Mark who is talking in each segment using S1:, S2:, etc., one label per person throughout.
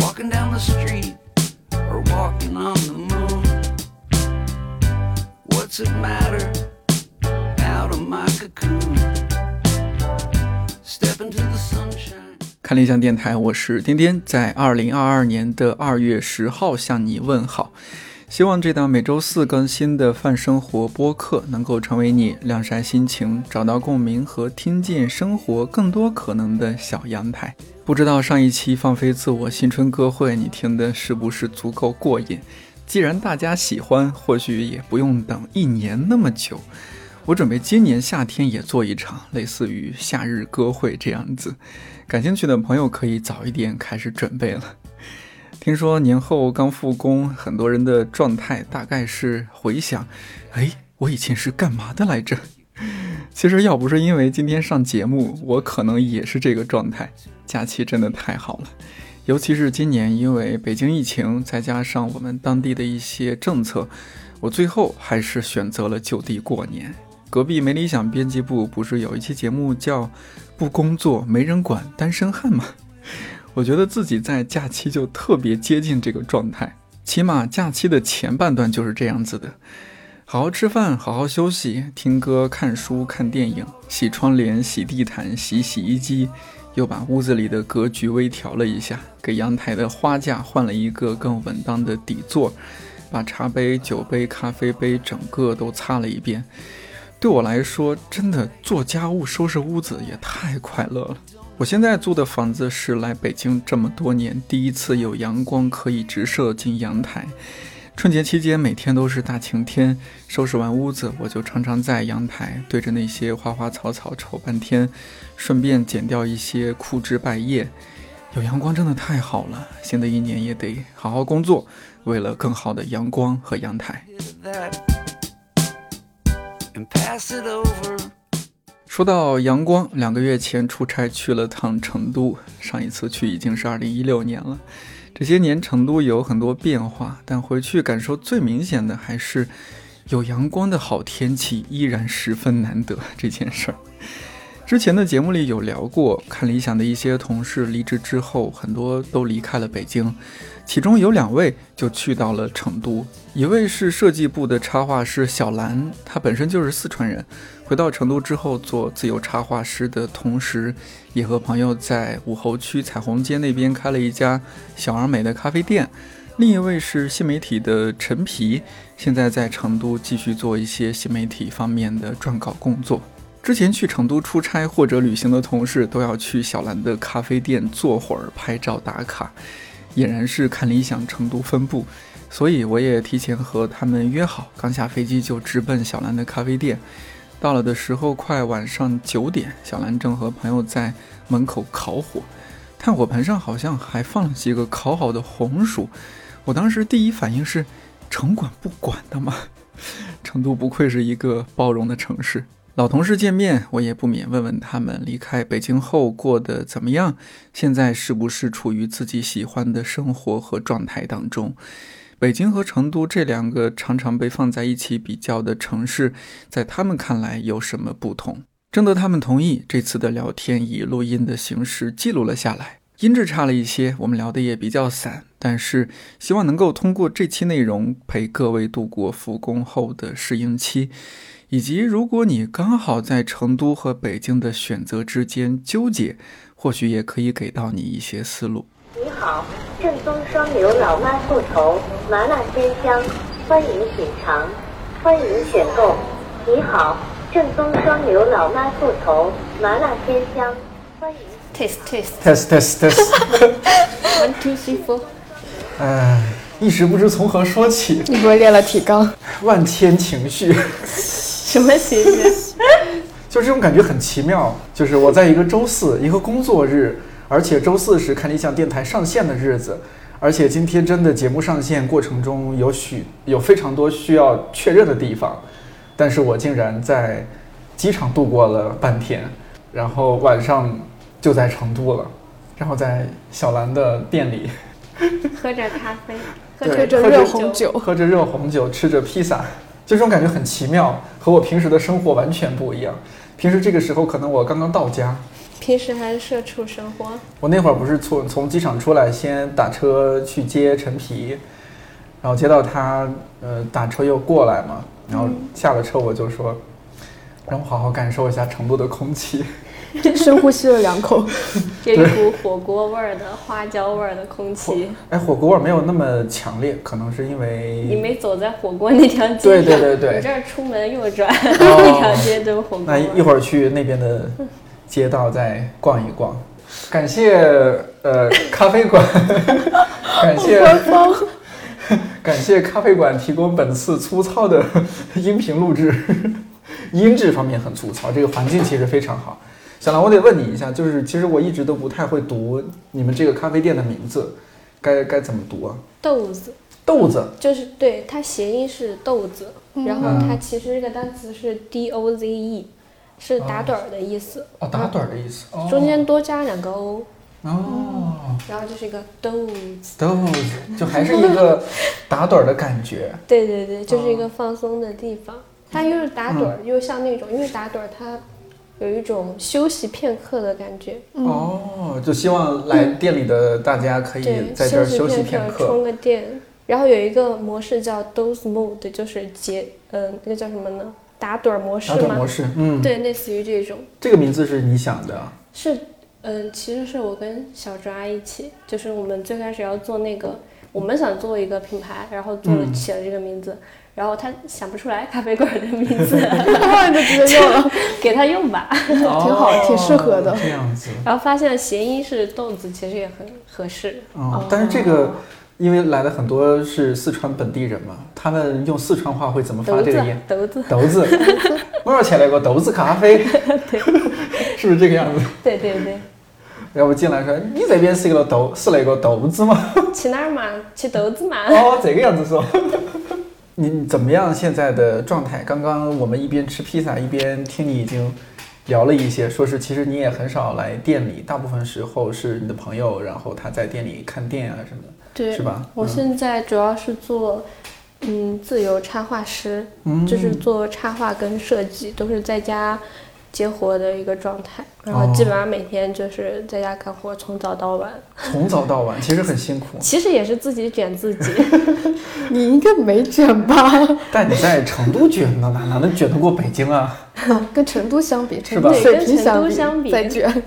S1: walking down the street or walking on the moon. What's it matter? Out of my cocoon. Step into the sunshine.
S2: 看理想电台，我是颠颠，在二零二二年的二月十号向你问好。希望这档每周四更新的泛生活播客能够成为你晾晒心情、找到共鸣和听见生活更多可能的小阳台。不知道上一期放飞自我新春歌会你听的是不是足够过瘾？既然大家喜欢，或许也不用等一年那么久。我准备今年夏天也做一场类似于夏日歌会这样子，感兴趣的朋友可以早一点开始准备了。 听说年后刚复工，很多人的状态大概是回想，哎，我以前是干嘛的来着？ 其实要不是因为今天上节目，我可能也是这个状态。假期真的太好了，尤其是今年因为北京疫情，再加上我们当地的一些政策，我最后还是选择了就地过年。隔壁没理想编辑部不是有一期节目叫《不工作没人管单身汉》吗？ 我觉得自己在假期就特别接近这个状态，起码假期的前半段就是这样子的。好好吃饭，好好休息，听歌、看书、看电影，洗窗帘、洗地毯、洗洗衣机，又把屋子里的格局微调了一下，给阳台的花架换了一个更稳当的底座，把茶杯、酒杯、咖啡杯整个都擦了一遍。对我来说，真的做家务、收拾屋子也太快乐了。我现在租的房子是来北京这么多年第一次有阳光可以直射进阳台。春节期间每天都是大晴天，收拾完屋子，我就常常在阳台对着那些花花草草瞅半天，顺便剪掉一些枯枝败叶。有阳光真的太好了，新的一年也得好好工作，为了更好的阳光和阳台。
S1: Hit that and pass it over.
S2: 说到阳光，两个月前出差去了趟成都，上一次去已经是二零一六年了。这些年成都有很多变化，但回去感受最明显的还是有阳光的好天气依然十分难得这件事儿。之前的节目里有聊过，看理想的一些同事离职之后，很多都离开了北京，其中有两位就去到了成都，一位是设计部的插画师小兰，她本身就是四川人，回到成都之后做自由插画师的同时，也和朋友在武侯区彩虹街那边开了一家小而美的咖啡店。另一位是新媒体的陈皮，现在在成都继续做一些新媒体方面的撰稿工作。之前去成都出差或者旅行的同事都要去小兰的咖啡店坐会儿拍照打卡，俨然是看理想成都分部，所以我也提前和他们约好，刚下飞机就直奔小兰的咖啡店。到了的时候快晚上九点，小兰正和朋友在门口烤火，炭火盆上好像还放了几个烤好的红薯。我当时第一反应是，城管不管的吗？ 成都不愧是一个包容的城市。老同事见面，我也不免问问他们离开北京后过得怎么样，现在是不是处于自己喜欢的生活和状态当中。北京和成都这两个常常被放在一起比较的城市，在他们看来有什么不同？征得他们同意，这次的聊天以录音的形式记录了下来。音质差了一些，我们聊的也比较散，但是希望能够通过这期内容陪各位度过复工后的适应期，以及如果你刚好在成都和北京的选择之间纠结，或许也可以给到你一些思路。
S3: 你好，正宗双流老妈兔头麻辣鲜香，欢迎品尝，欢迎选购。你好，正宗双流老妈兔头麻辣鲜香，欢迎。
S4: Taste, taste.
S5: test test test，
S4: One, two, three, four.
S5: 哎，一时不知从何说起，
S6: 你不会练了提纲？
S5: 万千情绪，
S4: 什么情节？
S5: 就这种感觉很奇妙。就是我在一个周四，一个工作日，而且周四是看理想电台上线的日子，而且今天真的节目上线过程中有许有非常多需要确认的地方，但是我竟然在机场度过了半天，然后晚上就在成都了，然后在小兰的店里。
S4: 喝着咖啡，喝
S5: 对
S6: 喝着
S5: 喝着
S6: 热红酒，
S5: 喝着热红酒，吃着披萨，就这种感觉很奇妙，和我平时的生活完全不一样。平时这个时候，可能我刚刚到家，
S4: 平时还是社畜生活。
S2: 我那会儿不是从从机场出来，先打车去接陈皮，然后接到他，呃，打车又过来嘛，
S6: 嗯
S2: 然后下了车我就说，让我好好感受一下成都的空气。
S7: 深呼吸了两口，
S4: 这一股火锅味儿的、花椒味儿的空气，
S2: 哎， 火锅味儿没有那么强烈，可能是因为
S4: 你没走在火锅那条街上，
S2: 对对对对
S4: 你这儿出门右转、 那条街都是火锅味
S2: 那
S4: 儿。
S2: 一会儿去那边的街道再逛一逛。感谢呃咖啡 馆，感谢感谢咖啡馆提供本次粗糙的音频录制，音质方面很粗糙，这个环境其实非常好。小兰，我得问你一下，就是其实我一直都不太会读你们这个咖啡店的名字，该该怎么读啊？
S4: 豆子
S2: 豆子
S4: 就是对它谐音是豆子，然后
S2: 嗯
S4: 它其实这个单词是 d o z e，是打盹儿的意思，
S2: 哦，打盹儿的意思。哦
S4: 中间多加两个 o，
S2: 哦，
S4: 然后就是一个豆子。
S2: 豆子就还是一个打盹儿的感觉。
S4: 对对对，就是一
S2: 嗯
S4: 个放松的地方。它又是打盹儿，又像那种，因为打盹儿它有一种休息片刻的感觉。
S2: 哦，就希望来店里的大家可以
S4: 对，
S2: 在这儿休息
S4: 息
S2: 片
S4: 片刻，
S2: 刻。
S4: 充个电。然后有一个模式叫 doze mode，就是节，嗯、那个叫什么呢？打盹儿模式
S2: 打盹
S4: 吗？
S2: 模式，嗯，
S4: 对，类似于这种。
S2: 这个名字是你想的啊，
S4: 是，嗯、其实是我跟小抓一起，就是我们最开始要做那个，我们想做一个品牌，然后做了
S2: 嗯
S4: 起了这个名字，然后他想不出来咖啡馆的名字，
S7: 然后就直接用了，
S4: 给他用吧。
S2: 挺
S7: 挺好挺适合的
S2: 哦这样子
S4: 然后发现谐音是豆子，其实也很合适。
S2: 哦。但是这个，因为来的很多是四川本地人嘛，他们用四川话会怎么发
S4: 豆
S2: 这
S4: 子
S2: 个音？，
S4: 豆子，
S2: 豆子， 我要起来个豆子咖啡， 是不是这个样子？
S4: 对对 对，
S2: 要不进来说你这边是一个豆，是那个豆子吗？
S4: 去哪儿嘛？去豆子 嘛？
S2: 哦，这个样子说。 你你怎么样？现在的状态？刚刚我们一边吃披萨一边听你已经聊了一些，说是其实你也很少来店里，大部分时候是你的朋友，然后他在店里看店啊什么的。
S4: 对，
S2: 是吧
S4: 我
S2: 嗯
S4: 现在主要是做，嗯，自由插画师，
S2: 嗯
S4: 就是做插画跟设计都是在家接活的一个状态，然后
S2: 哦
S4: 基本上每天就是在家干活，从早到晚，
S2: 从早到晚其实很辛苦，
S4: 其实也是自己卷 自己。
S7: 你应该没卷吧？
S2: 但你在成都卷呢，哪哪能卷得过北京啊？
S7: 跟成都相比，
S2: 是
S7: 成
S2: 吧
S7: 都水
S4: 对
S7: 平
S4: 跟成都
S7: 比，
S4: 相比
S7: 再卷，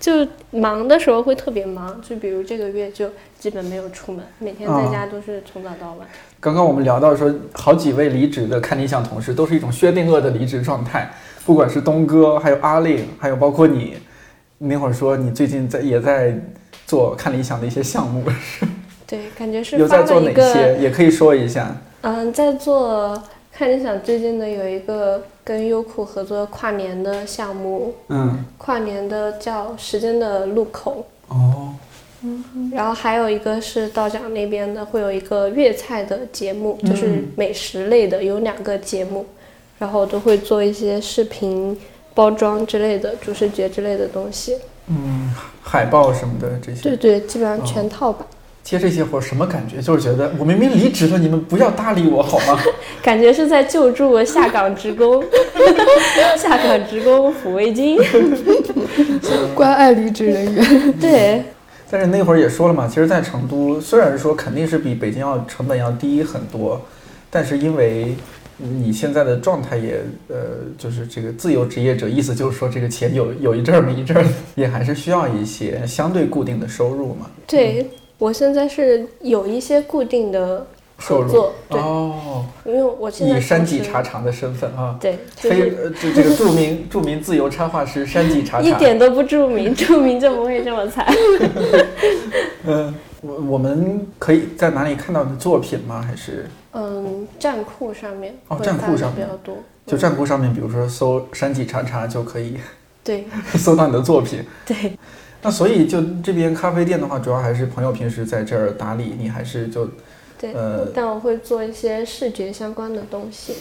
S4: 就忙的时候会特别忙，就比如这个月就基本没有出门，每天在
S2: 哦
S4: 家都是从早到晚。
S2: 刚刚我们聊到说，好几位离职的看理想同事都是一种薛定谔的离职状态，不管是东哥，还有阿令，还有包括你，你那会儿说你最近在也在做看理想的一些项目，
S4: 对，感觉是
S2: 有
S4: 发
S2: 在做
S4: 了
S2: 哪
S4: 一个，
S2: 些？也可以说一下。
S4: 嗯，在做看理想最近的有一个跟优酷合作跨年的项目，
S2: 嗯，
S4: 跨年的叫《时间的路口
S2: 哦，》，
S4: 然后还有一个是道长那边的，会有一个粤菜的节目，就是美食类的，有两个节目，然后都会做一些视频包装之类的、主视觉之类的东西。
S2: 嗯，海报什么的这
S4: 对
S2: 些，
S4: 对，基本上全套吧，
S2: 接这些活儿什么感觉？就是觉得我明明离职了，你们不要搭理我好吗？
S4: 感觉是在救助下岗职工，下岗职工抚慰金。
S7: 关爱离职人员。
S4: 对，
S2: 但是那会儿也说了嘛，其实，在成都虽然说肯定是比北京要成本要低很多，但是因为你现在的状态也呃，就是这个自由职业者，意思就是说这个钱有有一阵儿没一阵儿，也还是需要一些相对固定的收入嘛。
S4: 对我现在是有一些固定的
S2: 收
S4: 合
S2: 入
S4: 作，对，
S2: 哦，
S4: 因为我现在
S2: 以山脊
S4: 同时
S2: 茶厂的身份啊，
S4: 对，就
S2: 非
S4: 是
S2: 呃这这个著名著名自由插画师山脊茶厂，
S4: 一点都不著名， 著名就不会这么惨。
S2: 嗯，我我们可以在哪里看到你的作品吗？还是？
S4: 嗯，站酷上面
S2: 哦
S4: 会
S2: 站
S4: 发
S2: 酷
S4: 的
S2: 上
S4: 比
S2: 面
S4: 较多，
S2: 就
S4: 嗯
S2: 站酷上面，比如说搜山脊茶茶就可以
S4: 对
S2: 搜到你的作品。
S4: 对
S2: 那所以就这边咖啡店的话，主要还是朋友平时在这儿打理，你还是就
S4: 对，
S2: 呃
S4: 但我会做一些视觉相关的东西，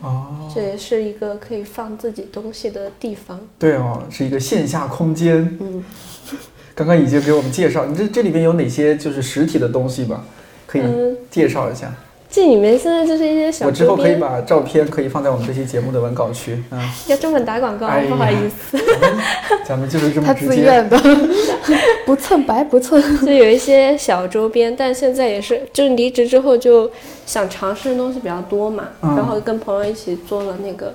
S2: 哦，
S4: 这也是一个可以放自己东西的地方。
S2: 对哦，是一个线下空间。
S4: 嗯，
S2: 刚刚已经给我们介绍，你这这里边有哪些就是实体的东西吧？可以
S4: 嗯
S2: 介绍一下。
S4: 这里面现在就是一些小
S2: 我之后
S4: 周
S2: 可以
S4: 边，
S2: 把照片可以放在我们这期节目的文稿区。嗯，
S4: 要专门打广告，
S2: 哎呀
S4: 不好意思。
S2: 咱们就是这么
S7: 他
S2: 直
S7: 自
S2: 接。
S7: 愿的，不蹭白不蹭。
S4: 就有一些小周边，但现在也是，就是离职之后就想尝试的东西比较多嘛，
S2: 嗯
S4: 然后跟朋友一起做了那个，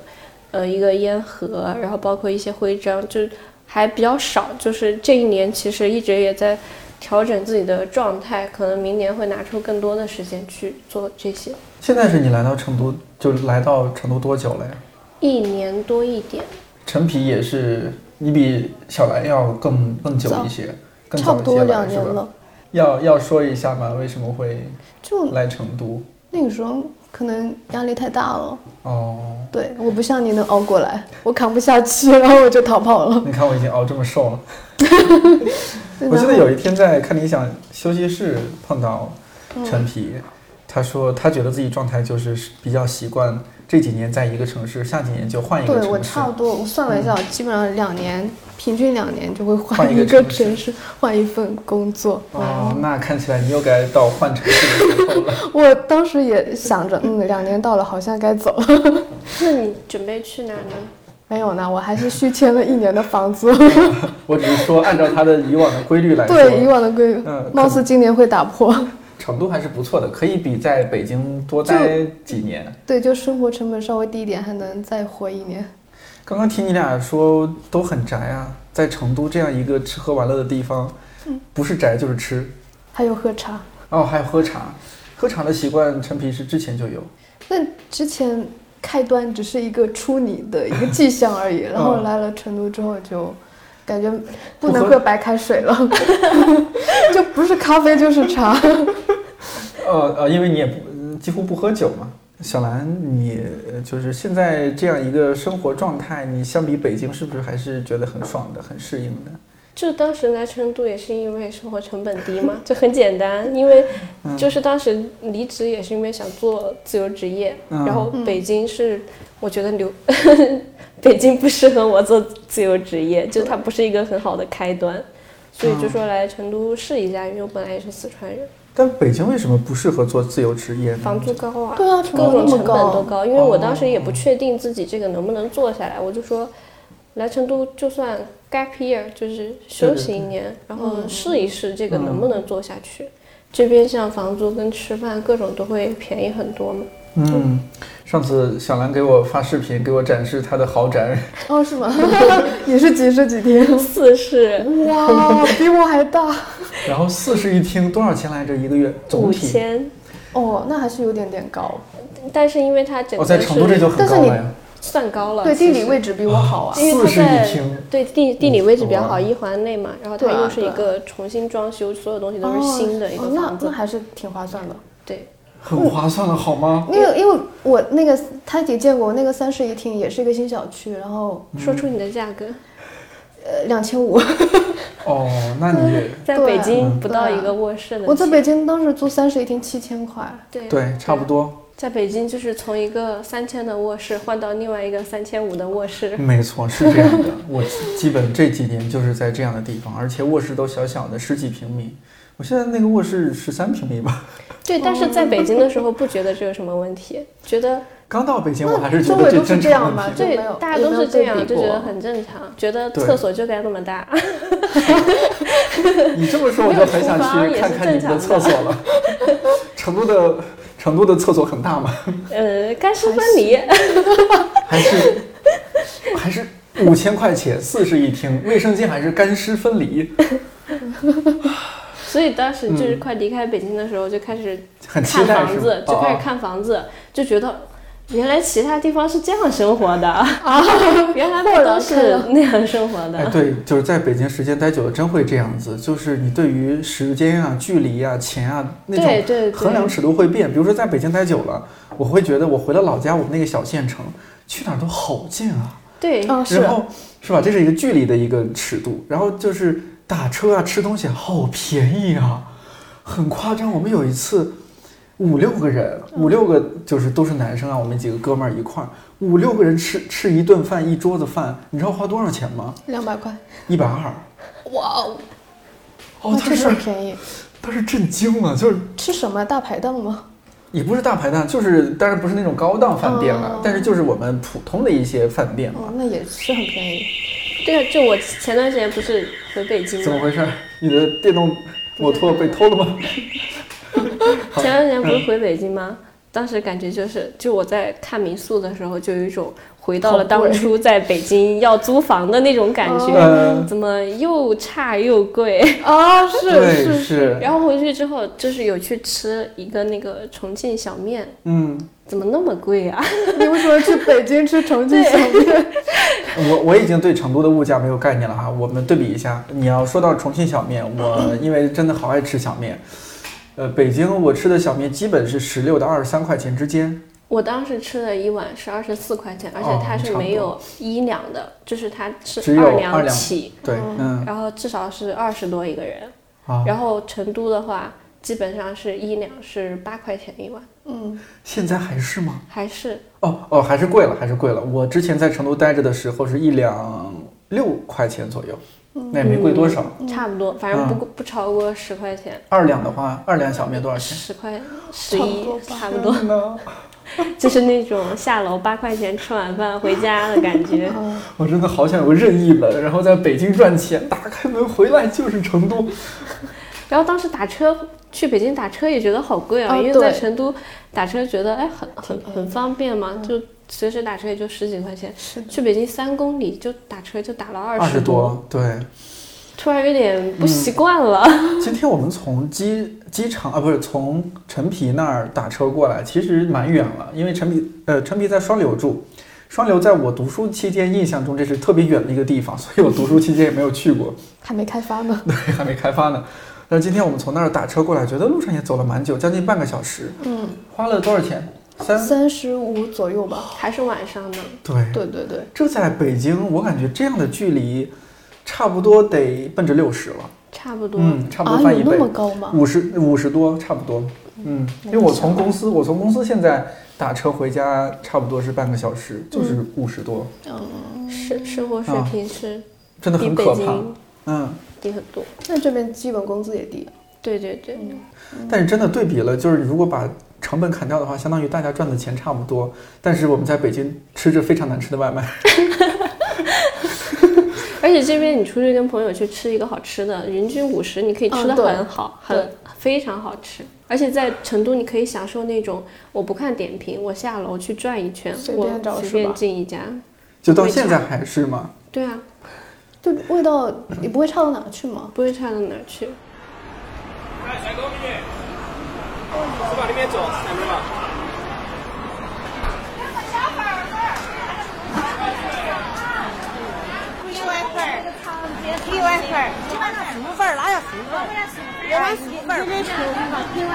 S4: 呃，一个烟盒，然后包括一些徽章，就还比较少。就是这一年其实一直也在调整自己的状态，可能明年会拿出更多的时间去做这些。
S2: 现在是你来到成都，就来到成都多久了呀？
S4: 一年多一点，
S2: 陈皮也是，你比小兰要更更久一些，更
S7: 差
S2: 早
S7: 不
S2: 一
S7: 多
S2: 些
S7: 两
S2: 来是
S7: 年
S2: 吧？
S7: 了。
S2: 要要说一下吗？为什么会
S7: 就
S2: 来成都？
S7: 那个时候可能压力太大了，
S2: 哦，
S7: 对，我不像你能熬过来，我扛不下去，然后我就逃跑了。
S2: 你看我已经熬这么瘦 了。
S7: 然
S2: 我记
S7: 后
S2: 得有一天在看理想休息室碰到
S7: 嗯
S2: 陈皮，他说他觉得自己状态就是比较习惯这几年在一个城市，下几年就换一个
S7: 对我
S2: 城市
S7: 差。不多，我算了一下，基本上两年，平均两年就会
S2: 换
S7: 换
S2: 一
S7: 一
S2: 个
S7: 个
S2: 城市
S7: 城市，换一份工作。
S2: 哦，那看起来你又该到换城市的时候了。
S7: 我当时也想着，嗯，两年到了，好像该走了。
S4: 那你准备去哪呢？
S7: 没有呢，我还是续签了一年的房租。
S2: 我只是说按照他的以往的规律来说，
S7: 对以往的规律
S2: 嗯，
S7: 貌似今年会打破。
S2: 成都还是不错的，可以比在北京多待几年。
S7: 对，就生活成本稍微低一点，还能再活一年。
S2: 刚刚听你俩说都很宅啊，在成都这样一个吃喝玩乐的地方，
S4: 嗯
S2: 不是宅就是吃，
S7: 还有喝茶。
S2: 哦，还有喝茶。喝茶的习惯，陈皮是之前就有。
S7: 那之前开端只是一个出你的一个迹象而已，然后
S2: 嗯
S7: 来了成都之后就感觉不
S2: 不
S7: 能
S2: 喝
S7: 喝白开水了， 就不是咖啡就是茶。
S2: 呃呃，因为你也不嗯几乎不喝酒嘛。小兰，你呃就是现在这样一个生活状态，你相比北京是不是还是觉得很爽的、很适应的？
S4: 就当时来成都也是因为生活成本低嘛，就很简单，因为就是当时离职也是因为想做自由职业，
S2: 嗯
S4: 然后北京是我觉得留 北京不适合我做自由职业，就它不是一个很好的开端，所以就说来成都试一下，因为我本来也是四川人，
S2: 但北京为什么不适合做自由职业呢？
S4: 房租高啊，
S7: 对啊
S4: 各种
S7: 成本那么
S4: 成本都
S7: 高
S4: 高，因为我当时也不确定自己这个能不能做下来，我就说来成都就算 gap year，就是休息一年，然后试一试这个能不能做下去。这边像房租跟吃饭各种都会便宜很多嘛，
S2: 嗯，上次小兰给我发视频，给我展示她的豪宅，
S7: 哦，是吗？ 也是几十几天。
S4: 四是
S7: 哇， 比我还大
S2: 然后四室一厅多少钱来着？一个月总
S4: 五
S2: 体？
S4: 千，
S7: 哦，那还是有点点高。
S4: 但是因为它整
S2: 哦，
S4: 个
S2: 在成都这就很
S7: 但是
S2: 高
S7: 你
S2: 了呀。
S4: 算高了，
S7: 对，地理
S4: 其实
S7: 位置比我好啊。
S4: 因
S2: 四
S4: 为
S2: 室
S4: 它在
S2: 一厅
S4: 对地地理位置比较
S2: 哇
S4: 好，一环内嘛，然后它
S7: 对啊
S4: 又是一
S7: 对啊
S4: 个重新装修，所有东西都是新的一
S7: 哦
S4: 个
S7: 那
S4: 房
S7: 那
S4: 子，
S7: 还是挺划算的。
S4: 对，
S2: 很划算了，好吗？
S7: 因为因为我那个他也见过，我那个三室一厅也是一个新小区，然后
S4: 说出你的价格，
S7: 呃两千五。
S2: 哦，那你
S4: 在
S7: 对
S4: 北京
S2: 嗯
S4: 不到
S7: 对
S4: 一个卧室的钱，
S7: 我在北京当时租三室一厅七千块，
S4: 对
S2: 对差不，多。
S4: 在北京就是从一个三千的卧室换到另外一个三千五的卧室，
S2: 没错，是这样的。我基本这几年就是在这样的地方，而且卧室都小小的，十几平米。我现在那个卧室十三平米吧。
S4: 对，但是在北京的时候不觉得这有什么问题， 觉得
S2: 刚到北京，我还是觉
S7: 周
S2: 得
S7: 围
S2: 这
S7: 都是
S2: 正
S7: 这样
S2: 常
S7: 吧
S2: 问题。
S7: 就没
S4: 对
S7: 有，
S4: 大家
S7: 也
S4: 都
S7: 没有
S4: 是这
S7: 对
S4: 样，
S7: 比
S4: 就觉得
S7: 过
S4: 很正常，觉得
S2: 对
S4: 厕所就该那 么大，
S2: 你这么说，我就很想
S4: 没有
S2: 去
S4: 厨房
S2: 看看你
S4: 也是正常
S2: 的
S4: 的
S2: 厕所了。 成都的成都的厕所很大吗？
S4: 呃，干湿分离，
S2: 还是还是五千块钱四室一厅，卫生间还是干湿分离，
S4: 所以当时就是快离开北京的时候，就开始
S2: 很期
S4: 看
S2: 待
S4: 房
S2: 是
S4: 子
S2: 吧，？
S4: 就开
S2: 哦
S4: 始看房子，就觉得。原来其他地方是这样生活的啊！ 原来
S7: 豁
S4: 不
S7: 然
S4: 都
S7: 开
S4: 是
S7: 朗
S4: 那样生活
S2: 哎，
S4: 的。
S2: 对，就是在北京时间待久了，真会这样子。就是你对于时间啊、距离啊、钱啊那
S4: 对对
S2: 种
S4: 对
S2: 衡量尺度会变。比如说在北京待久了，我会觉得我回了老家，我们那个小县城，去哪儿都好近啊。
S4: 对，
S7: 啊是
S2: 然后是吧？这是一个距离的一个尺度。然后就是打车啊、吃东西好便宜啊，很夸张。我们有一次五六个人，
S7: 嗯
S2: 五六个就是都是男生啊，我们几个哥们儿一块儿，五六个人吃吃一顿饭，一桌子饭，你知道花多少钱吗？
S7: 两百块，
S2: 一百二。
S7: 哇哦，
S2: 哦，
S7: 那
S2: 他
S7: 确实
S2: 是
S7: 很便宜。
S2: 他是震惊了，就是
S7: 吃什么大排档吗？
S2: 也不是大排档，就是当然不是那种高档饭店了，
S7: 哦
S2: 但是就是我们普通的一些饭店嘛。
S7: 哦，那也是很便宜。
S4: 对啊，就我前段时间不是回北京
S2: 怎么
S4: 吗？
S2: 回事？你的电动摩托被偷了吗？
S4: 前段时间
S2: 嗯
S4: 不是回北京吗？当时感觉就是，就我在看民宿的时候，就有一种回到了
S7: 好贵哦
S4: 当初在北京要租房的那种感觉， 嗯
S2: 呃，
S4: 怎么又差又贵？
S7: 啊，是
S2: 对
S7: 是是，
S2: 是，
S4: 然后回去之后，就是有去吃一个那个重庆小面，
S2: 嗯，
S4: 怎么那么贵啊？
S7: 你为什么去北京吃重庆小面？
S2: 我我已经对成都的物价没有概念了哈。我们对比一下，你要说到重庆小面， 我因为真的好爱吃小面，呃，北京我吃的小面基本是十六到二十三块钱之间。
S4: 我当时吃了一碗是二十四块钱，而且
S2: 哦
S4: 它是
S2: 差不
S4: 没
S2: 多
S4: 有一两的，就是它是
S2: 只有二
S4: 两
S2: 两
S4: 起，
S2: 对，嗯，
S4: 然后至少是二十多一个人。
S2: 啊，
S4: 然后成都的话，基本上是一两是八块钱一碗，
S7: 嗯，
S2: 现在还是吗？
S4: 还是
S2: 哦哦，还是贵了，还是贵了。我之前在成都待着的时候是一两六块钱左右，那也没贵多少。
S7: 嗯
S4: 差不多，反正不、不超过十块钱，
S2: 二两的话，二两小面啊多少钱？
S4: 十 块十
S7: 差
S4: 一
S7: 不多吧
S4: 差不多，
S2: 呢，
S4: 就是那种下楼八块钱吃晚饭回家的感觉。
S7: 嗯
S2: 我真的好想有任意门，然后在北京赚钱，打开门回来就是成都。
S4: 然后当时打车去北京打车也觉得好贵啊，
S7: 哦
S4: 因为
S7: 对
S4: 在成都打车觉得哎很很很方便嘛，就随时打车也就十几块钱。
S7: 嗯是的，
S4: 去北京三公里就打车就打了二
S2: 二十
S4: 十
S2: 多，对。
S4: 突然有点不习惯了。
S2: 今天我们从机机场啊，不是从陈皮那儿打车过来，其实蛮远了，因为陈皮呃，陈皮在双流住，双流在我读书期间印象中这是特别远的一个地方，所以我读书期间也没有去过，
S7: 还没开发呢。
S2: 对，还没开发呢。但是今天我们从那儿打车过来，觉得路上也走了蛮久，将近半个小时，
S7: 嗯，
S2: 花了多少钱？三
S7: 三十五左右吧。
S4: 还是晚上呢，
S2: 对，
S7: 对对对，
S2: 这在北京，我感觉这样的距离，差不多得奔着六十了，
S4: 差不多。
S2: 嗯，差不多
S7: 啊，
S2: 翻
S7: 有
S2: 一
S7: 那
S2: 倍。嗯
S7: 么高吗？
S2: 五十五十多，差不多。嗯，因为我从公司，我从公司现在打车回家，差不多是半个小时，就是
S7: 嗯
S2: 五十多，
S4: 生生活水平是
S2: 真的
S4: 比
S2: 很
S4: 北
S2: 可怕。
S4: 京
S2: 嗯，
S4: 低很多。
S7: 那这边基本工资也低。
S4: 对对对，
S2: 但是真的对比了，就是如果把成本砍掉的话，相当于大家赚的钱差不多，但是我们在北京吃着非常难吃的外卖，
S4: 而且这边你出去跟朋友去吃一个好吃的，人均五十，你可以吃的
S7: 嗯对
S4: 很好，很非常好吃。而且在成都，你可以享受那种我不看点评，我下楼去转一圈，
S7: 随便找
S4: 我随
S7: 是吧
S4: 便进一家。
S2: 就到现在还是嘛。
S4: 对啊，
S7: 就味道也不会差到哪儿去 嘛。
S4: 不会差到哪儿去。
S8: 来，甩给我美女，是往里面走，看着吧。
S9: 一碗粉儿，一碗粉儿，一碗那什么味儿？哪有什么味儿？原来什么味儿？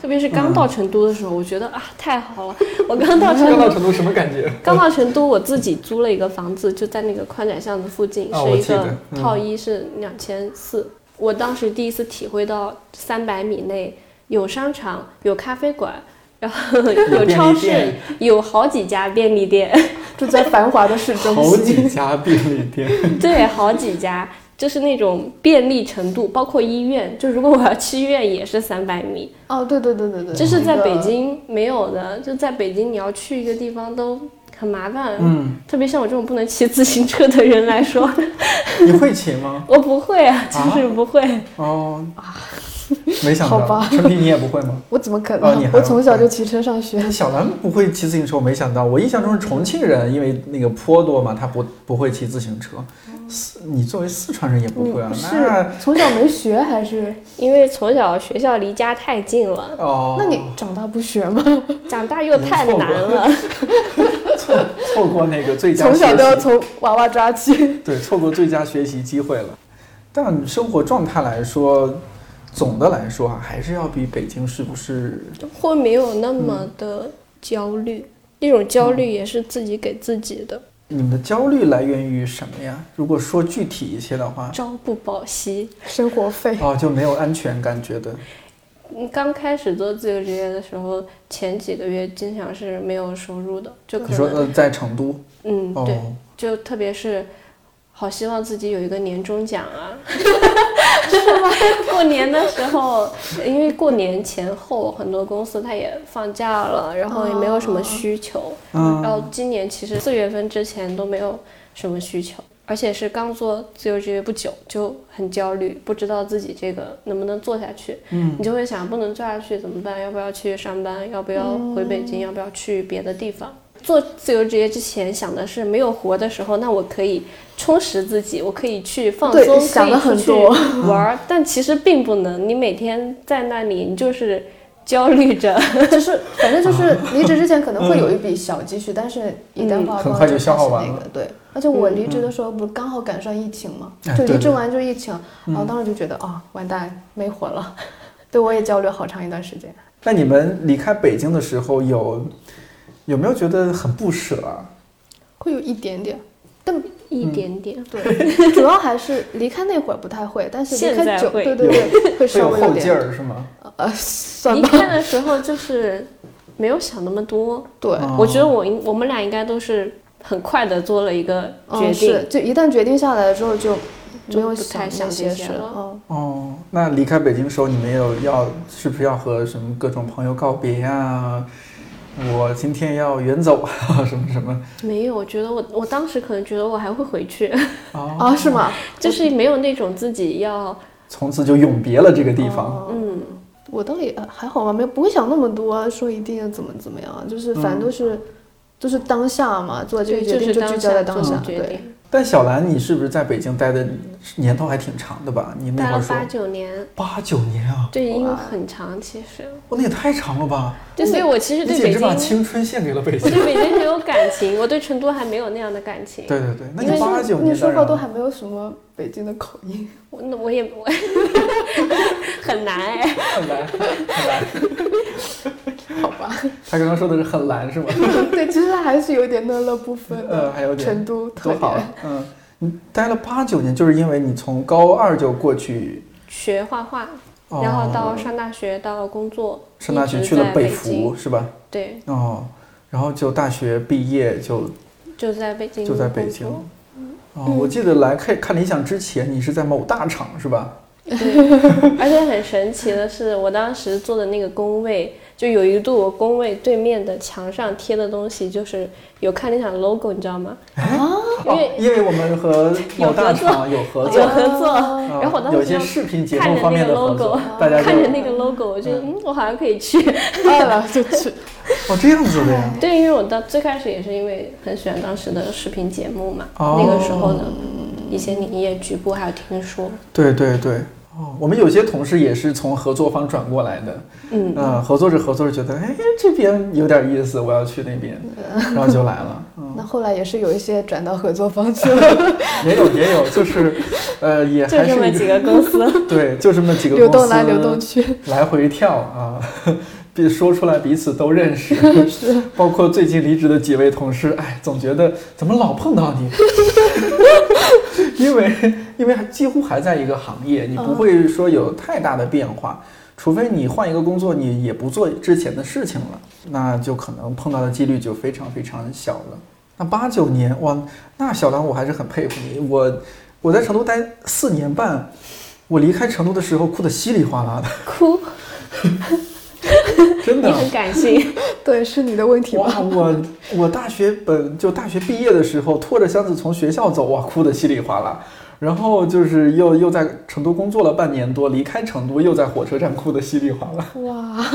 S4: 特别是刚到成都的时候，我觉得啊太好了！我刚到成
S2: 刚到
S4: 都，
S2: 成都什么感觉？
S4: 刚到成都，我自己租了一个房子，就在那个宽窄巷子附近，
S2: 啊
S4: 是
S2: 我
S4: 一
S2: 记得
S4: 个
S2: 嗯
S4: 套一是两千四。我当时第一次体会到三百米内有商场、有咖啡馆，然 后有
S2: 便利
S4: 超市
S2: 店，
S4: 有好几家便利店，
S7: 住在繁华的市中
S2: 好几
S7: 心，
S2: 家便利店，
S4: 对，好几家，就是那种便利程度，包括医院，就如果我要去医院也是三百米，
S7: 哦，对对对对对，
S4: 这是在北
S7: 那个
S4: 京没有的，就在北京你要去一个地方都很麻烦，
S2: 嗯，
S4: 特别像我这种不能骑自行车的人来说，
S2: 你会骑吗？
S4: 我不会啊，就是不会。
S2: 哦，没想
S7: 好
S2: 到，
S7: 吧
S2: 陈皮你也不会吗？
S7: 我怎么可
S2: 哦你
S7: 能？
S2: 还
S7: 我从小就骑车上学。
S2: 小兰不会骑自行车，我没想到。我印象中是重庆人，因为那个坡多嘛，他不不会骑自行车。四，你作为四川人也不会啊？那
S7: 哦嗯是从小没学还是？
S4: 因为从小学校离家太近了，
S2: 哦，
S7: 那你长大不学吗？
S4: 长大
S2: 嗯
S4: 又太难了。
S2: 错错过那个最佳
S7: 从小
S2: 学
S7: 都要
S2: 习
S7: 从娃娃抓起。
S2: 对错过最佳学习机会了。但生活状态来说，总的来说啊，还是要比北京是不是？
S4: 会没有那
S2: 嗯
S4: 么的焦虑，那种焦虑也是自己给自己的。
S2: 你们的焦虑来源于什么呀？如果说具体一些的话，
S4: 朝不保夕。
S7: 生活费
S2: 哦，就没有安全感觉的。
S4: 你嗯刚开始做自由职业的时候，前几个月经常是没有收入的，就可
S2: 你说
S4: 能
S2: 呃，在成都
S4: 嗯
S2: 哦
S4: 对，就特别是好希望自己有一个年终奖啊，是吗？过年的时候，因为过年前后很多公司它也放假了，然后也没有什么需求，
S2: 嗯
S4: 然后今年其实四月份之前都没有什么需求，而且是刚做自由职业不久就很焦虑，不知道自己这个能不能做下去，
S7: 嗯
S4: 你就会想不能做下去怎么办？要不要去上班？要不要回北
S7: 嗯
S4: 京？要不要去别的地方？做自由职业之前想的是没有活的时候，那我可以充实自己，我可以去放
S7: 对
S4: 松，
S7: 想得
S4: 可以
S7: 很
S4: 出去
S7: 多
S4: 玩 儿，但其实并不能。你每天在那里，你就是焦虑着，
S7: 就是反正 就是离职之前可能会有一笔小积蓄，但是一旦花光
S2: 很快就消耗
S7: 开
S2: 完
S7: 始那
S2: 了
S7: 个嗯对，而且我离职的时候不是刚好赶上疫情嘛，
S2: 哎
S7: 就
S2: 对嗯
S7: 离职
S2: 对
S7: 完就疫情，然后当时就觉得啊完蛋没活了， 对我也焦虑好长一段时间。
S2: 那你们离开北京的时候有有没有觉得很不舍啊？
S7: 会有一点点，
S4: 一点点。
S7: 嗯对，主要还是离开那会儿不太会，但是离
S4: 现在
S7: 开久，
S4: 会
S7: 对对对，会
S2: 会
S7: 稍
S2: 有
S7: 微有
S2: 后劲
S7: 点，
S2: 儿是吗？
S7: 呃，算
S4: 离
S7: 吧，
S4: 开的时候就是没有想那么多，
S7: 对，
S2: 哦
S4: 我觉得我应我们俩应该都是很快的做了一个决
S7: 嗯
S4: 定，
S7: 是，就一旦决定下来了之后就没有
S4: 就不太
S7: 那
S4: 想
S7: 些
S4: 这些
S7: 事，
S4: 了
S7: 嗯，
S2: 哦，那离开北京的时候，你们有要是不是要和什么各种朋友告别呀、我今天要远走啊， 什么什么？
S4: 没有，我觉得我我当时可能觉得我还会回 去，
S2: 哦，
S7: 啊是吗？
S4: 就是没有那种自己要
S2: 从此就永别了这个地方。
S7: 哦
S4: 嗯
S7: 我倒也还好吧，没有不会想那么多，说一定要怎么怎么样，就是反正都是、都是当下嘛，做这个
S4: 对，
S7: 决
S4: 就
S7: 定
S4: 是
S7: 就
S4: 当
S7: 聚焦在当
S4: 做
S7: 下，
S4: 的决
S7: 对，
S4: 定，
S2: 但小兰，你是不是在北京待的年头还挺长的吧？你那
S4: 待
S2: 会儿
S4: 了
S2: 说
S4: 八九年，
S2: 八九年啊，哦
S4: 对，因为很长其实，
S2: 哇，那也太长了吧！
S4: 就所以我其实
S2: 你
S4: 对
S2: 简
S4: 北
S2: 直
S4: 京，
S2: 把
S4: 我
S2: 青春献给了北京。
S4: 对北京很有感情，我对成都还没有那样的感情。
S2: 对对对，那
S7: 因为
S2: 你八九
S7: 你
S2: 年
S7: 说
S2: 当
S7: 话
S2: 然
S7: 都还没有什么北京的口音，
S4: 我那我也我 很难哎，
S2: 很蓝，很蓝。
S7: 好吧？
S2: 他刚刚说的是很蓝是吗？
S7: 对，其实还是有点乐乐不分
S2: 呃，
S7: 的，
S2: 还有点
S7: 成都特
S2: 多好
S7: 点
S2: 啊。嗯，你待了八九年，就是因为你从高二就过去，
S4: 学画画，
S2: 哦、
S4: 然后到上大学到工作，
S2: 上大学
S4: 一直
S2: 去了
S4: 在
S2: 北
S4: 北
S2: 服
S4: 京，
S2: 是吧？
S4: 对，
S2: 哦，然后就大学毕业就
S4: 就在北京，
S2: 就在北京。。哦，我记得来看看理想之前，你是在某大厂是吧？
S4: 而且很神奇的是，我当时做的那个工位，就有一度我工位对面的墙上贴的东西，就是有看理想 logo，你知道吗？因为
S2: 哦，因为我们和某大厂有合作
S4: 有，合作，
S2: 嗯
S4: 然后我当
S2: 有
S4: 时
S2: 一些
S4: 就
S2: 视频节
S4: 看
S2: 目
S4: 着
S2: 方
S4: 那
S2: 面
S4: 个
S2: 的合
S4: logo
S2: 作，大家就
S4: 看着那个 logo，我觉得嗯，我好像可以去。
S7: 饿了就去，
S2: 哦这样子的呀。
S4: 对，因为我到最开始也是因为很喜欢当时的视频节目嘛，
S2: 哦
S4: 那个时候的一些你也局部还有听说，
S2: 对对对，哦，我们有些同事也是从合作方转过来的，
S4: 嗯
S2: 呃合作着合作着觉得，哎，这边有点意思，我要去那边，然后就来了。嗯，
S7: 那后来也是有一些转到合作方去 了，
S2: 也有也有，就是，呃，也
S4: 就
S2: 还是
S4: 这么
S2: 一
S4: 几个公司。
S2: 对，就这么几个
S7: 流动
S2: 公司
S7: 来流动去，
S2: 来回跳啊，别说出来彼此都认识， 包括最近离职的几位同事，哎，总觉得怎么老碰到 你，因为因为还几乎还在一个行业，你不
S4: 嗯
S2: 会说有太大的变化。除非你换一个工作，你也不做之前的事情了，那就可能碰到的几率就非常非常小了。那八九年，哇，那小兰我还是很佩服你。我我在成都待四年半，我离开成都的时候哭得稀里哗啦 的，
S4: 哭，
S2: 真的
S4: 你。很感性，
S2: 哦
S7: 对，是你的问题吧？
S2: 哇，我我大学本就大学毕业的时候，拖着箱子从学校走，哇，哭得稀里哗啦。然后就是又又在成都工作了半年多，离开成都又在火车站哭得稀里哗啦，
S7: 哇，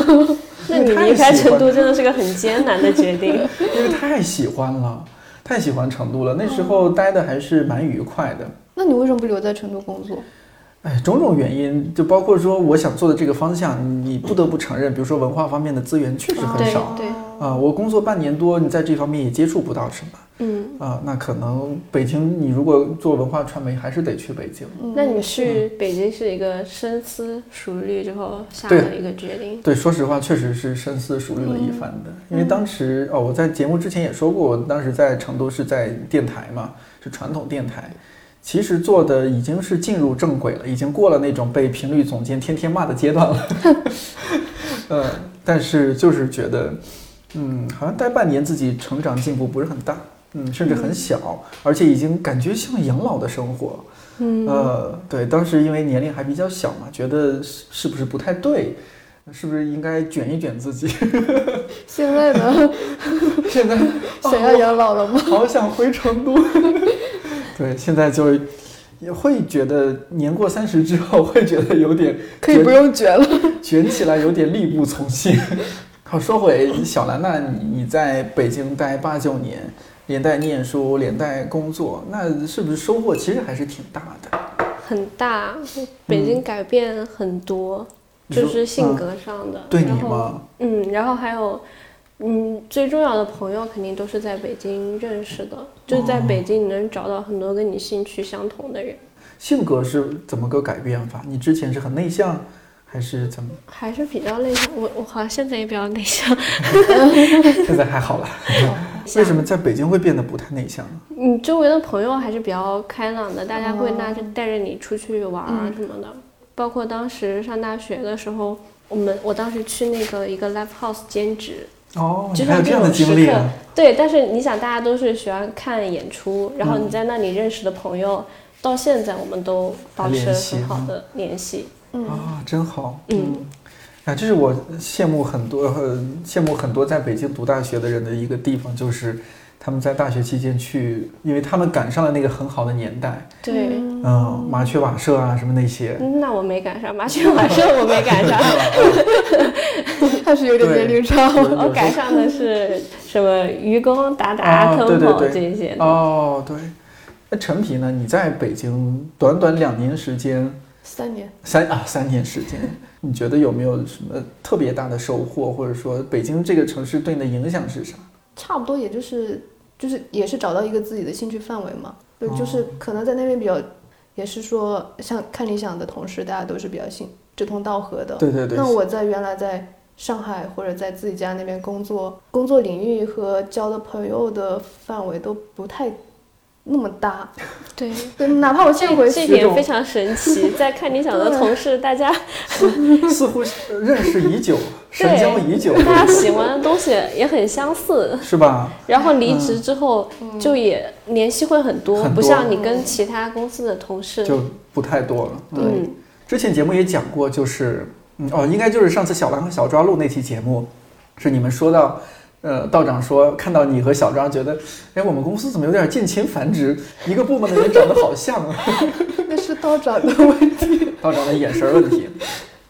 S4: 那你
S2: 太
S4: 离开
S2: 喜
S4: 成
S2: 欢
S4: 都真的是个很艰难的决定。
S2: 因为太喜欢了，太喜欢成都了。那时
S4: 哦
S2: 候待的还是蛮愉快的。
S7: 那你为什么不留在成都工作？
S2: 哎，种种原因，就包括说我想做的这个方向，你不得不承认，比如说文化方面的资源确实 很
S4: 哦对
S2: 少啊、
S4: 对，
S2: 我工作半年多，你在这方面也接触不到什么
S4: 嗯，
S2: 啊、那可能北京，你如果做文化传媒，还是得去北京。
S4: 那你去北京是一个深思熟虑之后下
S2: 对
S4: 的一个决定。
S2: 对，说实话，确实是深思熟虑了一番的。因为当时哦，我在节目之前也说过，我当时在成都是在电台嘛，是传统电台，其实做的已经是进入正轨了，已经过了那种被频率总监天天骂的阶段 了。呃，但是就是觉得，嗯，好像待半年自己成长进步不是很大，嗯，甚至很小，而且已经感觉像养老的生活。嗯，呃，对，当时因为年龄还比较小嘛，觉得是是不是不太对，是不是应该卷一卷自 己？
S7: 现在 呢，
S2: 现在
S7: 谁要养老了吗？
S2: 好想回成都。 对，现在就也会觉得年过三十之后会觉得有点
S7: 可以不用卷了。
S2: 卷起来有点力不从心。 好，说回小兰娜，你你在北京待八九年，连带念书，连带工作，那是不是收获其实还是挺大的？
S4: 很大，北京改变很多，
S2: 嗯你说
S4: 就是性格上的。
S2: 对你
S4: 然后
S2: 吗？
S4: 嗯，然后还有，嗯，最重要的朋友肯定都是在北京认识的，
S2: 哦
S4: 就是在北京你能找到很多跟你兴趣相同的人，
S2: 性格是怎么个改变法？你之前是很内向，还是怎么？
S4: 还是比较内向。我我好像现在也比较内向，
S2: 现在还好 了。 为什么在北京会变得不太内向呢？
S4: 你周围的朋友还是比较开朗的，大家会拉着带着你出去玩啊什么的。包括当时上大学的时候，我们我当时去那个一个 live house 兼职，
S2: 哦，你
S4: 就
S2: 还有
S4: 像
S2: 这
S4: 这
S2: 样的
S4: 种时
S2: 经
S4: 刻
S2: 历啊？
S4: 对，但是你想，大家都是喜欢看演出，然后
S2: 嗯
S4: 你在那里认识的朋友，到现在我们都保持
S2: 联系
S4: 很好的联系。
S2: 啊，真好。嗯，啊，这是我羡慕很多、呃、羡慕很多在北京读大学的人的一个地方，就是他们在大学期间去，因为他们赶上了那个很好的年代，
S4: 对， 嗯
S2: 嗯、麻雀瓦舍啊什么那些。
S4: 那我没赶上麻雀晚上，我没赶上，
S7: 还是有 点
S2: 对
S7: 年龄差。
S2: 有有时候
S4: 我 赶上的是什么愚公打打、
S2: 啊，对
S4: 坑
S2: 对
S4: 跑
S2: 对，
S4: 这些的。
S2: 哦，对。那陈皮呢？你在北京短短两年时间，
S7: 三年，
S2: 三啊三年时间，你觉得有没有什么特别大的收获，或者说北京这个城市对你的影响是啥？
S7: 差不多也就是就是也是找到一个自己的兴趣范围嘛。对，
S2: 哦
S7: 就是可能在那边比较，也是说像看理想的同时，大家都是比较兴志同道合的。
S2: 对对对
S7: 呃那我在原来在上海或者在自己家那边工作，工作领域和交的朋友的范围都不太那么搭。
S4: 对，
S7: 对，哪怕我现在回
S4: 这
S7: 去，
S4: 点非常 神奇。在看理想的同事，大家
S2: 似乎是认识已久，
S4: 对
S2: 深交已久，
S4: 大家喜欢的东西也很 相似。
S2: 是吧？
S4: 然后离职之后就也联系会很多，
S2: 嗯很多
S4: 不像你跟其他公司的同事。
S2: 就不太多了。嗯
S4: 嗯，
S2: 之前节目也讲过，就是嗯哦，应该就是上次小兰和小抓录那期节目，是你们说到，呃，道长说看到你和小抓，觉得，哎，我们公司怎么有点近亲繁殖？一个部门的人长得好像啊，
S7: 那是道长 的问题。
S2: 道长的眼神问 题。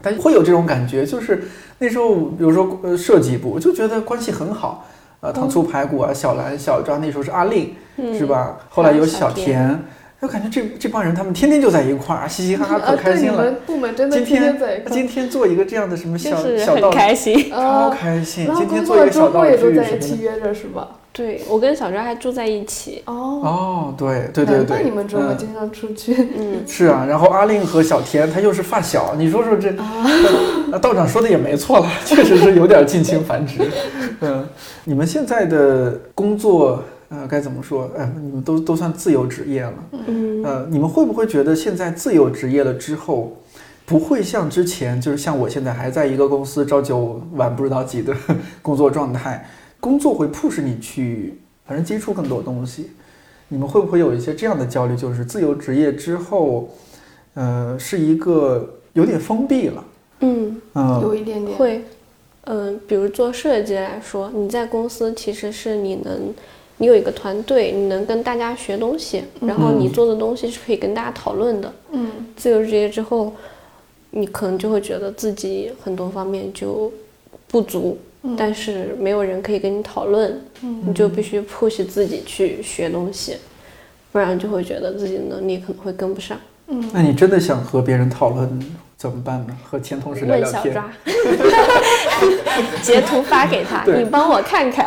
S2: 但会有这种感觉，就是那时候，比如说呃设计部，就觉得关系很好，呃，糖
S7: 嗯
S2: 醋排骨啊，小兰、小抓，那时候是阿令，是吧？后来有小田，就感觉这这帮人他们天天就在一块儿，嘻嘻哈哈，可
S7: 啊，
S2: 开
S7: 对，你
S2: 心了。
S7: 们部门真的
S2: 今
S7: 天
S2: 天
S7: 天在一块
S2: 今
S7: 儿。
S2: 天做一个这样的什么
S4: 就
S2: 小
S4: 是
S2: 小
S4: 很
S2: 道具，
S4: 开心。
S2: 超
S7: 啊，
S2: 开心
S7: 然。后
S2: 今天
S7: 工
S2: 做一
S7: 作
S2: 个
S7: 周
S2: 小道
S7: 末
S2: 具
S7: 也都
S2: 什
S7: 在一
S2: 么
S7: 起
S2: 的。
S7: 约着是吧？
S4: 对我跟小周还住在一起，
S7: 哦，
S2: 哦，对对对
S7: 难怪
S2: 对，
S7: 你们周末
S2: 嗯
S7: 经常出去。
S4: 嗯
S2: 是啊，然后阿令和小田他又是发小，你说说这，那道长说的也没错了，确实是有点近亲繁殖。嗯，你们现在的工作，呃，该怎么说？哎，你们都都算自由职业了。嗯，呃，你们会不会觉得现在自由职业了之后，不会像之前，就是像我现在还在一个公司朝九晚不知道几的工作状态，工作会迫使你去，反正接触更多东西。你们会不会有一些这样的焦虑，就是自由职业之后，呃，是一个有点封闭了，
S4: 嗯，
S2: 嗯，
S7: 有一点点。
S4: 会，嗯、比如做设计来说，你在公司其实是你能，你有一个团队，你能跟大家学东西，然后
S2: 嗯
S4: 你做的东西是可以跟大家讨论的。
S7: 嗯，
S4: 自由职业之后，你可能就会觉得自己很多方面就不足，但是没有人可以跟你讨论，你就必须 push 自己去学东西，不然就会觉得自己的能力可能会跟不上。
S2: 那你真的想和别人讨论怎么办呢？和前同事聊
S4: 问
S2: 聊
S4: 小
S2: 天
S4: 抓， 截图发给他，
S2: 对
S4: 你帮我看看。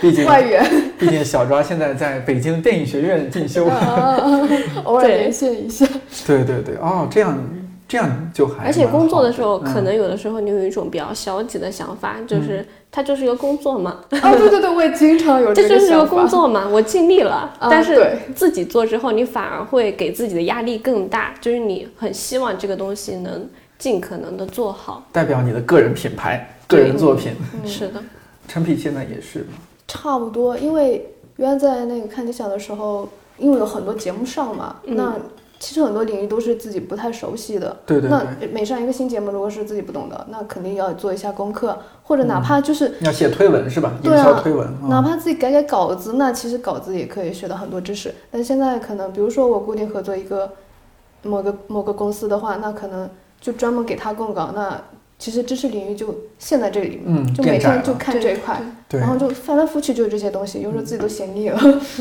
S2: 毕竟
S7: 外援，
S2: 毕竟小抓现在在北京电影学院进修，
S7: 偶
S4: 嗯
S7: 尔
S4: 对
S7: 连线一下。
S2: 对对对，哦，这样这样就还
S4: 而且
S2: 蛮好
S4: 工作的时候，可
S2: 嗯
S4: 能有的时候你有一种比较消极的想法，就是它就是一个工作嘛，
S7: 啊，对对对，我也经常有
S4: 这
S7: 个
S4: 就是一个
S7: 想法
S4: 工。作嘛，我尽力了。
S7: 啊
S4: 但是
S7: 对
S4: 自己做之后，你反而会给自己的压力更大，就是你很希望这个东西能尽可能的做好。
S2: 代表你的个人品牌、个
S4: 对
S2: 人作品，
S4: 是的，
S2: 陈皮现在也是，
S7: 差不多，因为原来在那个看理想的时候，因为有很多节目上嘛，那其实很多领域都是自己不太熟悉的。
S2: 对对
S7: 那每上一个新节目，如果是自己不懂的，那肯定要做一下功
S2: 嗯
S7: 课，或者哪怕就是、
S2: 要写推文是吧？营
S7: 对
S2: 销
S7: 啊
S2: 推文，嗯
S7: 哪怕自己改改稿子，那其实稿子也可以学到很多知识。但现在可能，比如说我固定合作一个某个某个公司的话，那可能就专门给他供稿，那其实知识领域就陷在这里面，
S2: 嗯
S7: 就每
S2: 变窄了
S7: 天就看这一块，
S2: 对
S7: 然后就翻来覆去就是这些东西，有时候自己都嫌腻了。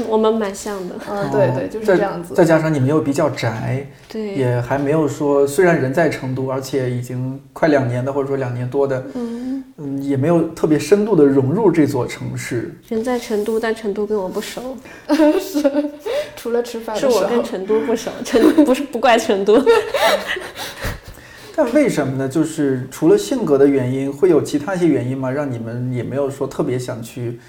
S4: 我们蛮像的，
S2: 哦
S7: 嗯，对对，就是
S2: 再
S7: 这样子
S2: 再。加上你们又比较宅，
S4: 对，
S2: 也还没有说，虽然人在成都，而且已经快两年的，或者说两年多的，
S7: 嗯，
S2: 嗯，也没有特别深度的融入这座城市。
S4: 人在成都，但成都跟我不熟，
S7: 除了吃饭的
S4: 是
S7: 时
S4: 我
S7: 候，
S4: 跟成都不熟，成不是不怪成都，
S2: 但为什么呢？就是除了性格的原因，会有其他一些原因吗？让你们也没有说特别想去，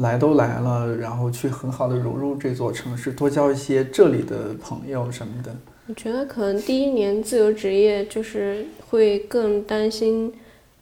S2: 来都来了，然后去很好的融入这座城市，多交一些这里的朋友什么的。
S4: 我觉得可能第一年自由职业就是会更担心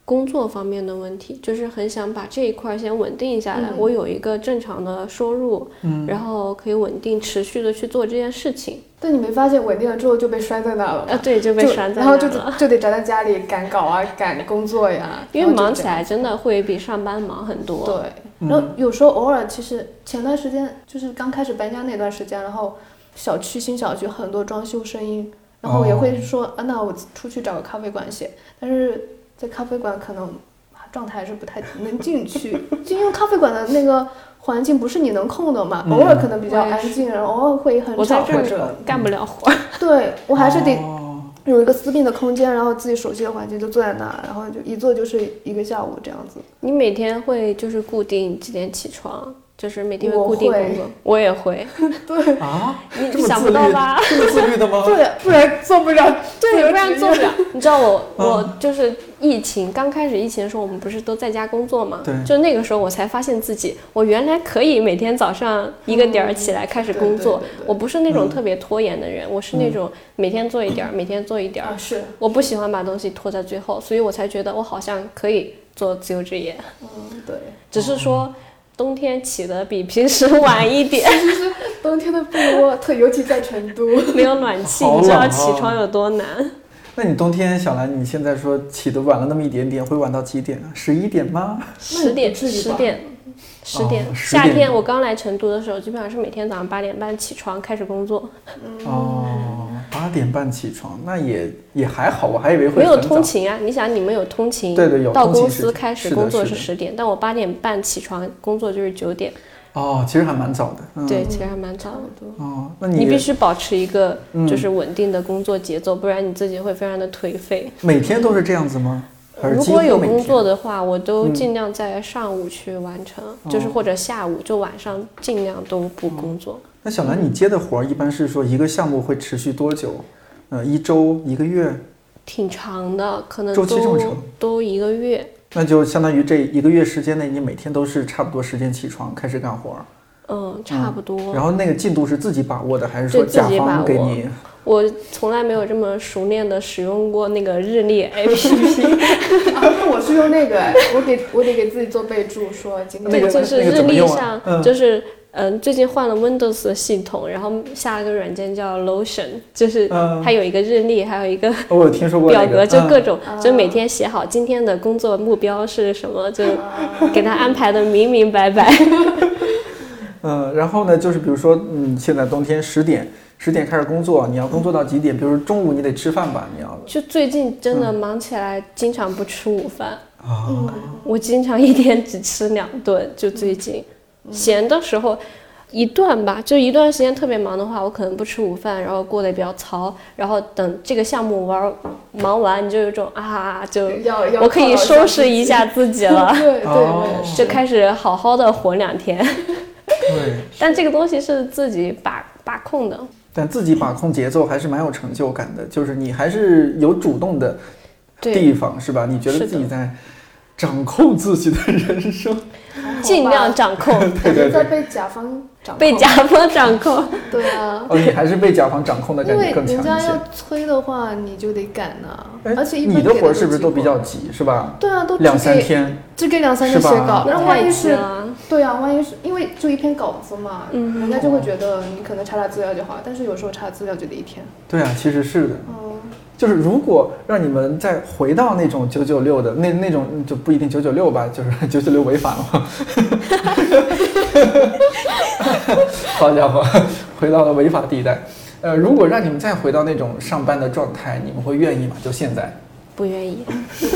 S4: 工作方面的问题，就是很想把这一块儿先稳定下来，
S7: 嗯
S4: 我有一个正常的收入，
S2: 嗯
S4: 然后可以稳定持续的去做这件事情。
S7: 但你没发现稳定了之后就被摔在那儿了吗
S4: 啊，对，就被
S7: 就
S4: 拴在
S7: 然后
S4: 那
S7: 就
S4: 了。
S7: 就得宅在家里赶稿啊，赶工作呀，
S4: 因
S7: 然
S4: 为
S7: 后就
S4: 忙
S7: 这
S4: 起
S7: 样
S4: 来真的会比上班忙很多。
S7: 对，然后有时候偶尔，其实前段时间就是刚开始搬家那段时间，然后小区新小区很多装修声音，然后也会说、啊，那我出去找个咖啡馆写，但是在咖啡馆可能状态还是不太能进 去，就因为咖啡馆的那个环境不是你能控的嘛，偶尔可能比较
S4: 我也
S7: 安静，然后偶尔会嗯很
S4: 我在
S7: 吵
S4: 这
S7: 嗯或
S4: 儿
S7: 者，
S4: 干不了活儿。
S7: 对我还是得
S2: 哦
S7: 有一个私密的空间，然后自己熟悉的环境就坐在那，然后就一坐就是一个下午这样子。
S4: 你每天会就是固定几点起床？就是每天会
S7: 我
S4: 固定
S7: 会
S4: 工作，我也 会，
S2: 啊，这
S4: 你
S2: 么
S4: 想
S2: 自
S4: 不
S2: 律
S4: 到吧？
S2: 这么 自律的吗？
S4: 嗯
S7: 对，不然做不了，
S4: 对，不然做不了。你知道我，
S2: 嗯
S4: 我就是疫情刚开始疫情的时候，我们不是都在家工作嘛？
S2: 对
S4: 就那个时候，我才发现自己，我原来可以每天早上一个点儿起来开始工作。
S7: 嗯对对对对
S4: 我不是那
S2: 嗯
S4: 种特别拖延的人，我是那种每天做一点儿，每天做一点儿
S7: 啊，。是，
S4: 我不喜欢把东西拖在最后，所以我才觉得我好像可以做自由职业，
S7: 嗯， 对，
S4: 只是
S2: 哦
S4: 说冬天起的比平时 晚一点，
S7: 冬天的被窝，特尤其在成 都，
S4: 没有暖气，
S2: 好
S4: 你知道
S2: 冷啊
S4: 起床有多难。
S2: 那你冬天小兰，你现在说起得晚了那么一点点，会晚到几点啊？十一点吗？
S4: 十点，
S7: 至于
S4: 十
S7: 吧
S4: 点，十点。
S2: 哦10
S4: 夏
S2: 点
S4: 天我刚来成都的时候，基本上是每天早上八点半起床开始工作，
S2: 哦，八点半起床，那也也还好，我还以为会
S4: 没有
S2: 很早
S4: 通。勤啊。你想，你们有通勤，
S2: 对对有
S4: 到
S2: 通勤
S4: 公
S2: 是
S4: 司
S2: 的
S4: 开始
S2: 是的
S4: 工作
S2: 是
S4: 是
S2: 的
S4: 十点，但我八点半起床工作就是九点，
S2: 哦，其实还蛮早的。嗯、
S4: 对，。其实还蛮早的。
S2: 哦，那
S4: 你必
S2: 你
S4: 须保持一个
S2: 嗯
S4: 就是稳定的工作节奏，不然你自己会非常的颓废。
S2: 每天都是这样子吗？还是
S4: 呃如
S2: 几
S4: 果
S2: 乎
S4: 有
S2: 每
S4: 工
S2: 天嗯
S4: 作的话，我都尽量在上午去完成，
S2: 哦
S4: 就是或者下午，就晚上尽量都不
S2: 嗯
S4: 工作。
S2: 那小兰，你接的活儿一般是说一个项目会持续多久？呃，一周、一个月，
S4: 挺长的，可能
S2: 周期这么
S4: 都
S2: 长
S4: 都一个月。
S2: 那就相当于这一个月时间内，你每天都是差不多时间起床开始干活儿，
S4: 嗯，差不多。
S2: 然后那个进度是自啊己把握的，还是说
S4: 对自己
S2: 甲方
S4: 把
S2: 给
S4: 握
S2: 你？
S4: 我从来没有这么熟练的使用过那个日 历 APP，
S7: 那我是用那个，哎我给我得给自己做备注，说今
S2: 那
S4: 对，
S2: 个
S7: 天
S4: 就是
S2: 那个
S4: 日
S2: 怎么
S4: 历
S2: 用啊
S4: 上，
S2: 嗯
S4: 就是嗯，最近换了 Windows 的系统，然后下了个软件叫 Lotion，就是
S2: 嗯
S4: 它有一个日历，还有一个。
S2: 哦我有听说过
S4: 表
S2: 那个
S4: 格就各
S2: 嗯
S4: 种，就每天写好今天的工作目标是什么，就给他安排的明明白 白。
S2: 嗯，然后呢，就是比如说，嗯，现在冬天十点，十点开始工作，你要工作到几点？比如说中午你得吃饭吧，你要
S4: 就最近
S2: 嗯
S4: 真的忙起来，经常不吃午饭。
S2: 啊、
S4: 我经常一天只吃两顿，就最近、
S7: 嗯
S4: 闲的时候一顿吧，就一段时间特别忙的话，我可能不吃午饭，然后过得比较糙，然后等这个项目玩儿忙完，你就有一种啊，就
S7: 要要
S4: 我可以
S7: 犒劳一下，
S4: 收拾一下自己了
S7: 对对，我
S2: 哦
S7: 也是
S4: 就开始好好的活两天。
S2: 对，
S4: 但这个东西是自己把把控的，
S2: 但自己把控节奏还是蛮有成就感的，就是你还是有主动的地
S4: 对，
S2: 方，是吧？你觉得
S4: 是的
S2: 自己在掌控自己的人生，
S7: 控吧，
S4: 尽量掌控，
S2: 对对
S7: 感觉在
S2: 对。
S7: 被甲方掌控
S4: 被甲方掌控。
S7: 对啊，
S2: 哦，你还是被甲方掌控的感
S7: 因为
S2: 觉更强
S7: 人家
S2: 一些
S7: 要。催的话，你就得赶呐、
S2: 哎
S7: 而且一般
S2: 你的
S7: 给
S2: 活儿是不是
S7: 机
S2: 都比
S7: 会
S2: 较急，是吧？
S7: 对啊，都只
S2: 两三
S7: 给
S2: 天，
S7: 只给两三
S2: 是
S7: 天写
S2: 吧
S7: 稿，然后万一
S4: 太
S7: 是
S4: 急了，
S7: 对啊，万一是因为就一篇稿子嘛，人家就会觉得你可能查查资料就好，但是有时候查资料就得一天。
S2: 对啊，其实是的。
S7: 嗯，
S2: 就是如果让你们再回到那种九九六的那那种就不一定九九六吧，就是 九九六违反了。好家伙，回到了违法地带。呃，如果让你们再回到那种上班的状态，你们会愿意吗？就现在？
S4: 不愿意，不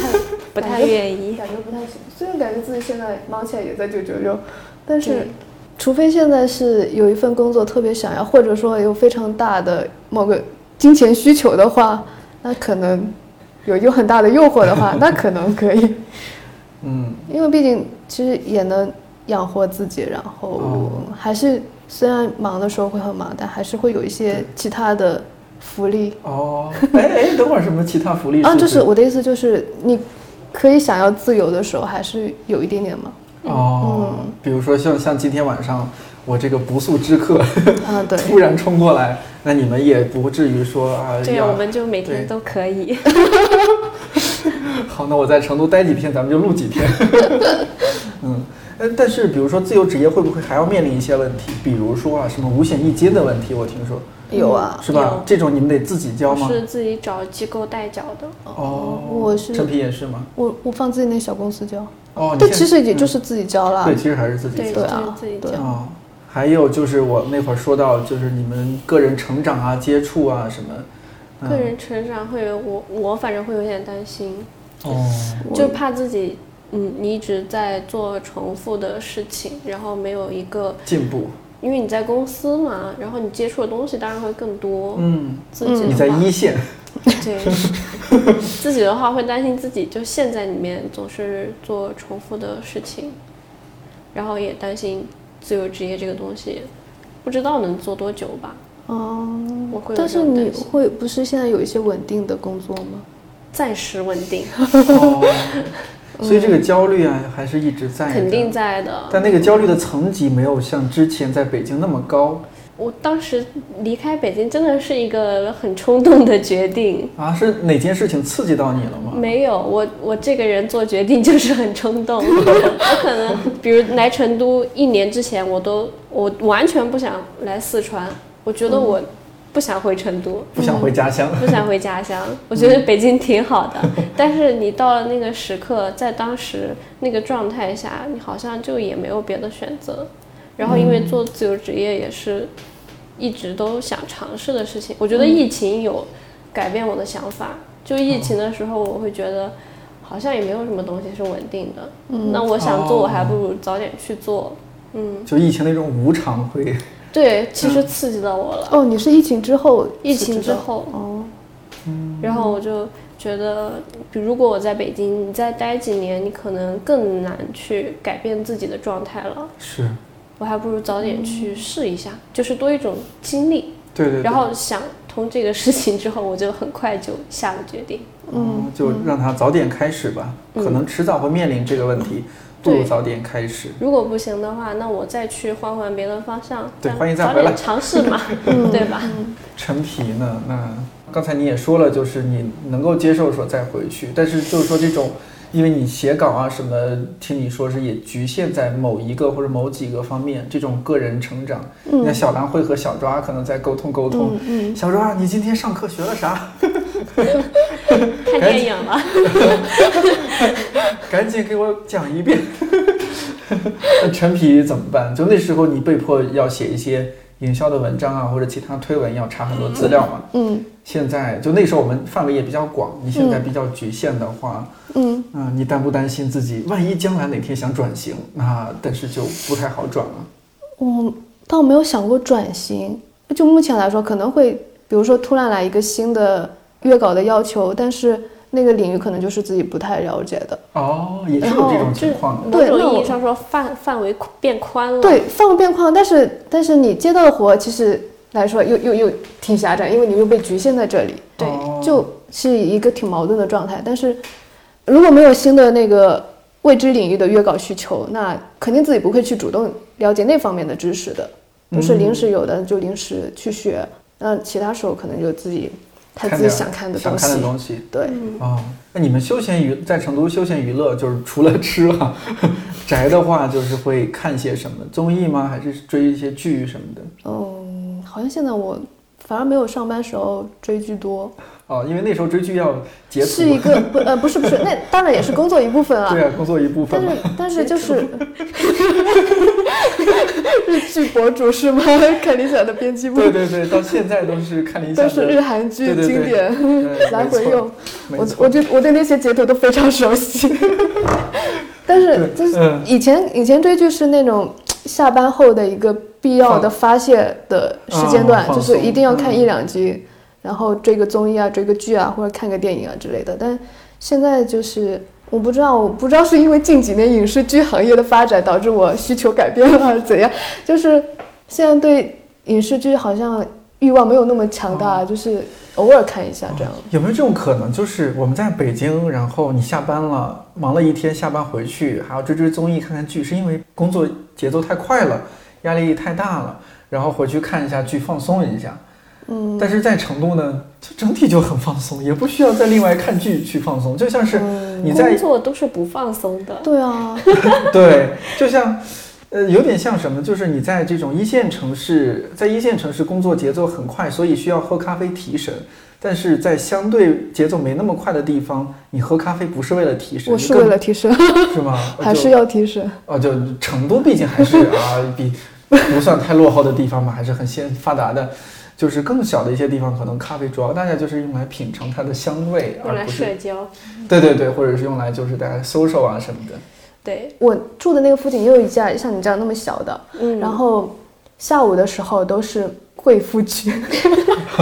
S7: 不
S4: 太愿意。
S7: 感觉不太行。虽然感觉自己现在忙起来也在九九六，但是
S4: 对
S7: 除非现在是有一份工作特别想要，或者说有非常大的某个金钱需求的话，那可能有有很大的诱惑的话，那可能可以。
S2: 嗯，
S7: 因为毕竟其实也能养活自己，然
S2: 哦
S7: 后还是虽然忙的时候会很忙，但还是会有一些其他的福利
S2: 哦，哎哎，等会儿什么其他福利？
S7: 啊。就是我的意思就是，你可以想要自由的时候，还是有一点点忙
S2: 哦，
S7: 嗯
S2: 比如说像像今天晚上我这个不速之客
S7: 啊。对，
S2: 突然冲过来，那你们也不至于说啊，
S4: 这样
S2: 要
S4: 我们就每
S2: 对
S4: 天都可以。
S2: 好，那我在成都待几天，咱们就录几天。 嗯，呃，但是比如说自由职业会不会还要面临一些问题？比如说啊，什么五险一金的问题，我听说
S7: 有啊。
S2: 是吧？这种你们得自己交
S4: 我
S2: 吗？
S4: 是自己找机构代缴的，
S2: 哦，
S7: 我是
S2: 陈皮也是吗？
S7: 嗯我我放自己那小公司交，
S2: 哦，你
S7: 但
S2: 现
S7: 其实也就
S2: 嗯
S7: 是自己交了。
S2: 对，其实还是自己
S4: 对，
S2: 交
S7: 对
S4: 就
S7: 啊
S4: 是自己
S7: 对
S4: 缴。
S2: 哦。还有就是我那会儿说到，就是你们个人成长啊、接触啊什么，嗯、
S4: 个人成长会有我，我反正会有点担心，
S2: 哦，
S4: 就怕自己，嗯，你一直在做重复的事情，然后没有一个，
S2: 进步，
S4: 因为你在公司嘛，然后你接触的东西当然会更多。
S2: 嗯，
S4: 自己的话
S2: 你在一线，
S4: 对， 自己的话会担心自己就陷在里面，总是做重复的事情，然后也担心自由职业这个东西，不知道能做多久吧。
S7: 哦、
S4: 我会有
S7: 但是
S4: 这种
S7: 你
S4: 担心
S7: 会不是现在有一些稳定的工作吗？
S4: 暂时稳定，
S7: 嗯
S2: 哦，所以这个焦虑啊还是一直在，
S4: 肯定在的。
S2: 但那个焦虑的层级没有像之前在北京那么高
S4: 我当时离开北京真的是一个很冲动的决定。
S2: 啊？是哪件事情刺激到你了吗？
S4: 没有，我我这个人做决定就是很冲动。我可能，比如来成都一年之前，我都我完全不想来四川，我觉得我不想回成都，
S2: 不想回家乡，
S4: 不想回家乡。我觉得北京挺好 的，但是你到了那个时刻，在当时那个状态下，你好像就也没有别的选择。然后因为做自由职业也是一直都想尝试的事情，我觉得疫情有改变我的想法。就疫情的时候，我会觉得好像也没有什么东西是稳定的。那我想做，
S2: 哦
S4: 我还不如早点去做。嗯，
S2: 就疫情那种无常会
S4: 对，其实嗯刺激到我了。
S7: 哦，你是疫情之后
S4: 疫情
S7: 辞职
S4: 之
S7: 的
S4: 后，
S7: 哦，
S4: 然后我就觉得，比如如果我在北京，你再待几年，你可能更难去改变自己的状态了。
S2: 是，
S4: 我还不如早点去试一下，就是多一种经历。
S2: 嗯对对对，
S4: 然后想通这个事情之后，我就很快就下了决定。
S2: 嗯，就让他早点开始吧，可能迟早会面临这个问题，不如
S4: 嗯对
S2: 早点开始。
S4: 如果不行的话，那我再去换换别的方向，
S2: 对
S4: 那
S2: 欢迎再
S4: 早
S2: 回来嗯
S4: 点尝试 嘛，对吧？
S2: 陈皮呢？那刚才你也说了，就是你能够接受说再回去，但是就是说这种，因为你写稿啊什么，听你说是也局限在某一个或者某几个方面，这种个人成长。那小兰会和小抓可能在沟通沟通。小抓，你今天上课学了啥？嗯
S4: 看电影了，
S2: 赶紧给我讲一遍。 那陈皮怎么办？就那时候你被迫要写一些营销的文章啊，或者其他推文要查很多资料嘛。
S7: 嗯
S2: 现在就那时候我们范围也比较广，你现在比较局限的话，
S7: 嗯，
S2: 嗯、你担不担心自己万一将来哪天想转型，那但是就不太好转了。
S7: 我倒没有想过转型，就目前来说，可能会比如说突然来一个新的月稿的要求，但是那个领域可能就是自己不太了解的。
S2: 哦，也是
S7: 然
S2: 有
S7: 后
S2: 这种
S4: 就
S2: 情况的。
S4: 某
S7: 对那
S4: 种
S7: 我
S4: 意义上说范范围变宽了。
S7: 对，范围变宽，但是但是你接到的活其实来说又又又挺狭窄，因为你又被局限在这里，
S4: 对
S2: 哦
S7: 就是一个挺矛盾的状态。但是如果没有新的那个未知领域的约稿需求，那肯定自己不会去主动了解那方面的知识的，都
S2: 嗯
S7: 是临时有的就临时去学。那其他时候可能就自己看自己想看的
S2: 想
S7: 东
S2: 看的
S7: 西。
S2: 东西。
S7: 对，
S2: 哦，那你们休闲娱在成都休闲娱乐，就是除了吃啊， 宅的话就是会看些什么综艺吗？还是追一些剧什么的？
S7: 嗯，好像现在我反而没有上班时候追剧多，
S2: 哦，因为那时候追剧要截图，
S7: 是一个不呃不是不是，那当然也是工作一部分啊。
S2: 对啊，工作一部分
S7: 但
S2: 嘛
S7: 是。但是就是日剧博主 是吗？看理想的编辑部
S2: 对对对，到现在都是看理想
S7: 都
S2: 的，
S7: 是日韩剧
S2: 对对对
S7: 经典
S2: 嗯
S7: 来
S2: 没错
S7: 回用，
S2: 没
S7: 我
S2: 错
S7: 我对我对那些截图都非常熟悉。 但是
S2: 对
S7: 就是
S2: 嗯
S7: 以前以前追剧是那种下班后的一个必要的发泄的时间段
S2: 嗯，放
S7: 就是一定要
S2: 松
S7: 看
S2: 嗯
S7: 一两集，然后追个综艺啊，追个剧啊，或者看个电影啊之类的。但现在就是我不知道，我不知道是因为近几年影视剧行业的发展导致我需求改变了，还是怎样？就是现在对影视剧好像欲望没有那么强大，
S2: 哦
S7: 就是偶尔看一下这样。
S2: 有没有这种可能？就是我们在北京，然后你下班了，忙了一天，下班回去还要追追综艺、看看剧，是因为工作节奏太快了，压力太大了，然后回去看一下剧，放松一下。嗯，但是在成都呢，就整体就很放松，也不需要再另外看剧去放松，就像是
S7: 嗯
S2: 你在、
S4: 工作都是不放松的。
S7: 对啊，
S2: 对，就像，呃，有点像什么，就是你在这种一线城市，在一线城市工作节奏很快，所以需要喝咖啡提神。但是在相对节奏没那么快的地方，你喝咖啡不是为了提神，
S7: 我
S2: 你
S7: 是
S2: 更
S7: 为了提升，
S2: 是吗？
S7: 还
S2: 就是
S7: 要提升。
S2: 哦，就成都毕竟还是啊，比不算太落后的地方嘛，还是很先发达的。就是更小的一些地方，可能咖啡主要大家就是用来品尝它的香味，
S4: 用
S2: 而
S4: 来
S2: 不
S4: 社
S2: 是
S4: 交，
S2: 对对对，或者是用来就是大家 social 啊什么的。
S4: 对，
S7: 我住的那个附近也有一家像你这样那么小的，
S4: 嗯
S7: 然后下午的时候都是贵妇区，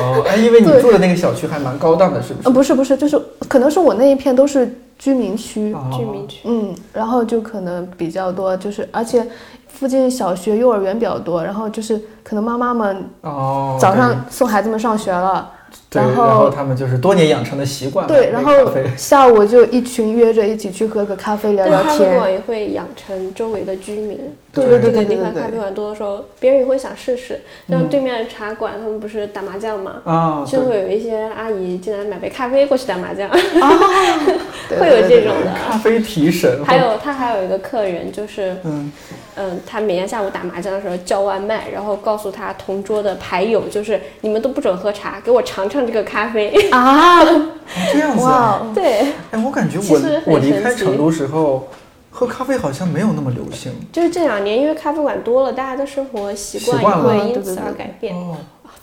S2: 哦，哎，因为你
S7: 对
S2: 住的那个小区还蛮高档的，是不是？
S7: 呃，不是不是，就是可能是我那一片都是居民区，
S2: 哦
S4: 居民区，
S7: 嗯，然后就可能比较多，就是而且附近小学、幼儿园比较多，然后就是可能妈妈们
S2: 哦，
S7: 早上送孩子们上学了，
S2: 对，
S7: 然
S2: 对
S7: 后
S2: 然后他们就是多年养成的习惯了，
S7: 对，然后
S2: 买咖啡
S7: 下午就一群约着一起去喝个咖啡、聊
S4: 对
S7: 聊
S4: 咖啡馆
S7: 天。
S4: 也会养成周围的居民。
S2: 对
S4: 就是
S2: 对
S4: 这个
S7: 对嗯
S4: 地
S7: 对
S4: 方
S7: 对
S4: 咖啡馆多的时候，别人也会想试试。像对面茶馆，他们不是打麻将嘛，
S2: 啊，
S4: 就
S2: 对
S4: 会有一些阿姨进来买杯咖啡过去打麻将，
S7: 啊 对
S4: 会有
S7: 对
S4: 这种的。
S2: 咖啡提神，
S4: 还有他还有一个客人，就是
S2: 嗯，
S4: 嗯，他每天下午打麻将的时候叫外卖，然后告诉他同桌的牌友，就是你们都不准喝茶，给我尝尝这个咖啡。
S7: 啊，
S2: 这样子
S7: 哇
S2: 啊，
S7: 哦，
S4: 对，
S2: 哎，我感觉
S4: 其实
S2: 我
S4: 很
S2: 我离
S4: 神
S2: 开
S4: 奇
S2: 成都时候，喝咖啡好像没有那么流行
S4: 就是这两年因为咖啡馆多了，大家的生活习惯
S2: 习
S4: 也
S2: 惯了
S4: 会因
S7: 对对
S4: 此
S7: 对
S4: 而改变。
S2: 哦，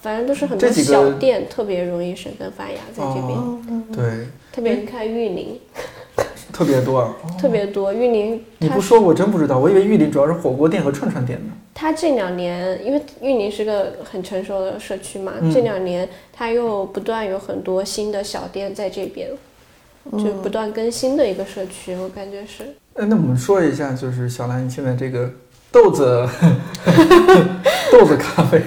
S4: 反正都是很多
S2: 这几个
S4: 小店特别容易生根发芽，在这边，嗯
S2: 哦，对，
S4: 特别你看玉林、
S2: 特别多啊。
S4: 特别多，玉林
S2: 你
S4: 它
S2: 不说我真不知道，我以为玉林主要是火锅店和串串店呢。
S4: 它这两年，因为玉林是个很成熟的社区嘛，
S2: 嗯
S4: 这两年它又不断有很多新的小店在这边，
S2: 嗯
S4: 就不断更新的一个社区，我感觉是。
S2: 哎，那我们说一下，就是小兰，你现在这个豆子 豆子咖啡，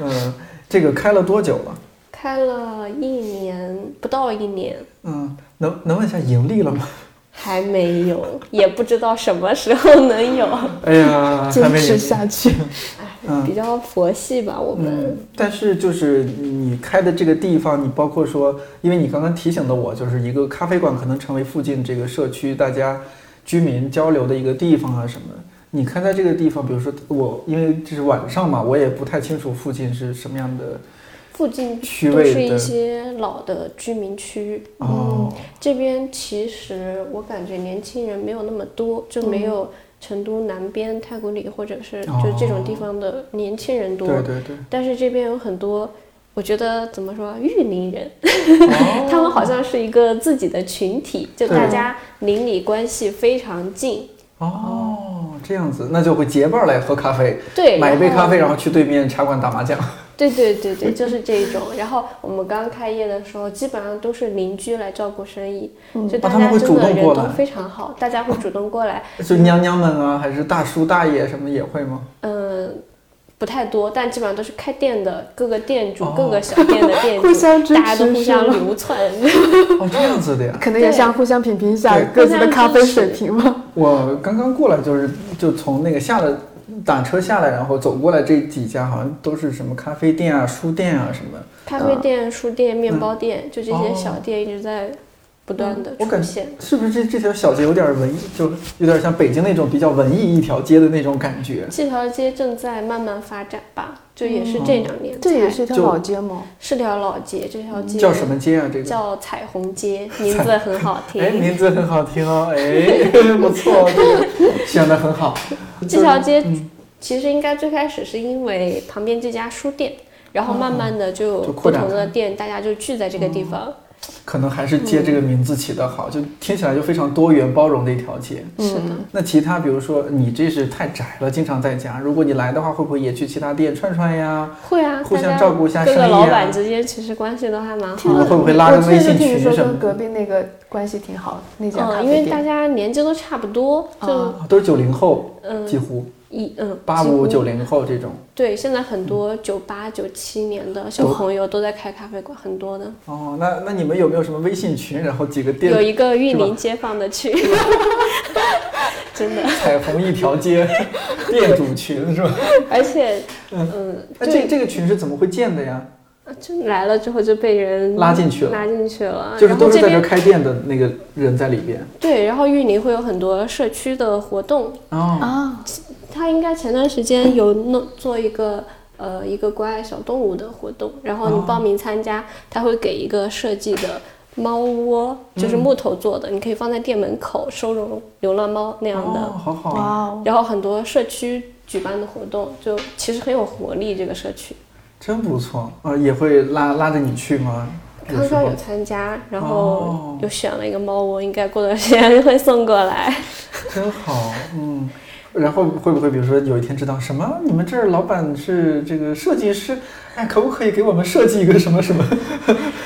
S2: 嗯，这个开了多久了？
S4: 开了一年不到一年，
S2: 嗯，能能问一下盈利了吗？
S4: 还没有，也不知道什么时候能有，
S2: 哎呀，还
S7: 坚
S2: 没
S7: 持
S2: 盈利
S7: 下去。
S4: 比
S2: 嗯
S4: 较佛系吧，我们。
S2: 嗯，但是就是你开的这个地方，你包括说，因为你刚刚提醒的我，就是一个咖啡馆可能成为附近这个社区大家居民交流的一个地方啊什么的。你开在这个地方，比如说我，因为这是晚上嘛，我也不太清楚附近是什么样的
S4: 附近
S2: 区
S4: 都
S2: 位
S4: 是一
S2: 的
S4: 些老的居民区，
S7: 嗯
S2: 哦，
S4: 这边其实我感觉年轻人没有那么多，就没有成都南边太古里或者是
S2: 哦
S4: 就这种地方的年轻人多。
S2: 对对对，
S4: 但是这边有很多，我觉得怎么说，玉林人，
S2: 哦
S4: 他们好像是一个自己的群体，就
S2: 对
S4: 大家邻里关系非常近。
S2: 哦，这样子，那就会结伴儿来喝咖啡，
S4: 对，
S2: 买一杯咖啡，然
S4: 后
S2: 后去对面茶馆打 麻将。
S4: 对对对
S2: 嗯
S4: 对，就是这一种。然后我们刚开业的时候，基本上都是邻居来照顾生意，就大
S2: 哦他们
S4: 家
S2: 会
S4: 真
S2: 主
S4: 的
S2: 动
S4: 人
S2: 过
S4: 都
S2: 来
S4: 非常好，大家会主动过来，
S2: 就娘娘们啊，还是大叔大爷什么也会吗？
S4: 嗯，不太多，但基本上都是开店的各个店主、各个小店的店主，
S7: 互相支
S4: 大家都
S7: 持
S4: 互
S7: 是
S4: 相
S7: 吗
S4: 流窜。
S2: 哦，这样子的呀。
S7: 可能也
S4: 对
S7: 想互相品评一下
S2: 对
S7: 各自的
S4: 互相
S7: 咖啡
S4: 支持
S7: 水平吧。
S2: 我刚刚过来就是就从那个下了打车下来，然后走过来这几家好像都是什么咖啡店啊、书店啊什么。
S4: 咖啡店、书
S2: 嗯
S4: 店、面包店，就这些小店一直在不断的
S2: 哦嗯我
S4: 出
S2: 感
S4: 现。
S2: 是不是这这条小街有点文艺，就有点像北京那种比较文艺一条街的那种感觉？
S4: 这条街正在慢慢发展吧，就也
S2: 嗯
S4: 是这两年才、
S7: 这也是一条
S2: 就
S7: 老街嘛，
S4: 是条老街，这条街
S2: 叫什么街啊？这个？
S4: 叫彩虹街，名字很好
S2: 哎，
S4: 听。
S2: 名字很好听哦， 哎，不错，这个选的很好。
S4: 这条街
S2: 嗯
S4: 其实应该最开始是因为旁边这家书店，然后慢慢的就有
S2: 哦就
S4: 不
S2: 扩展哦
S4: 同的
S2: 开
S4: 店，大家就聚在这个地方。
S2: 可能还是街这个名字起得好，就听起来就非常多元包容的一条街。
S4: 嗯是的，
S2: 那其他比如说你这是太宅了，经常在家，如果你来的话，会不会也去其他店串串呀？
S4: 会啊，
S2: 互
S4: 大
S2: 相
S4: 家
S2: 照顾一下
S4: 各
S2: 生
S4: 个
S2: 意
S4: 老
S2: 啊
S4: 板之间其实关系都还蛮好
S2: 你
S4: 的。
S2: 们会不会拉
S7: 我
S2: 个微
S7: 确实
S2: 信
S7: 听你
S2: 群
S7: 说
S2: 什
S7: 跟
S2: 么
S7: 隔
S2: 的？
S7: 壁那个关系挺好，那家
S4: 嗯，
S7: 咖啡
S4: 因
S7: 店。
S4: 为大家年纪都差不多，就
S2: 啊都是九零后，
S4: 嗯
S2: 几乎
S4: 一嗯
S2: 八
S4: 几
S2: 五
S4: 乎
S2: 九零后这种。
S4: 对，现在很多九八九七年的小朋友都在开咖啡馆，很多的
S2: 哦，那那你们有没有什么微信群？然后几个
S4: 有
S2: 店
S4: 一个玉
S2: 是吧
S4: 林街坊 的群，真的，
S2: 彩虹一条 街店主群是吧？
S4: 而且
S2: 嗯
S4: 嗯，
S2: 那这
S4: 对，
S2: 这个群是怎么会建的呀？
S4: 就来了之后就被人
S2: 拉进去了
S4: 拉进去了，
S2: 就是
S4: 嗯然后
S2: 都是
S4: 这
S2: 在这
S4: 边
S2: 开店的那个人在里边。
S4: 对，然后玉林会有很多社区的活动，
S2: 哦，
S7: 啊，
S4: 他应该前段时间有弄做一个呃一个关爱小动物的活动，然后你
S2: 哦
S4: 报名参加，他会给一个设计的猫窝，就是
S2: 嗯
S4: 木头做的，你可以放在店门口收容流浪猫那样的。
S2: 哦，好好
S7: 哇
S2: 啊。
S7: 哦，
S4: 然后很多社区举办的活动，就其实很有活力。这个社区
S2: 真不错啊、呃也会拉拉着你去 吗？有
S4: 刚
S2: 时
S4: 刚
S2: 候
S4: 有参加，然
S2: 哦
S4: 后又选了一个猫窝，应该过段时间 会送过来。
S2: 真好，嗯。然后会不会比如说有一天知道什么？你们这儿老板是这个设计师，哎，可不可以给我们设计一个什么什么？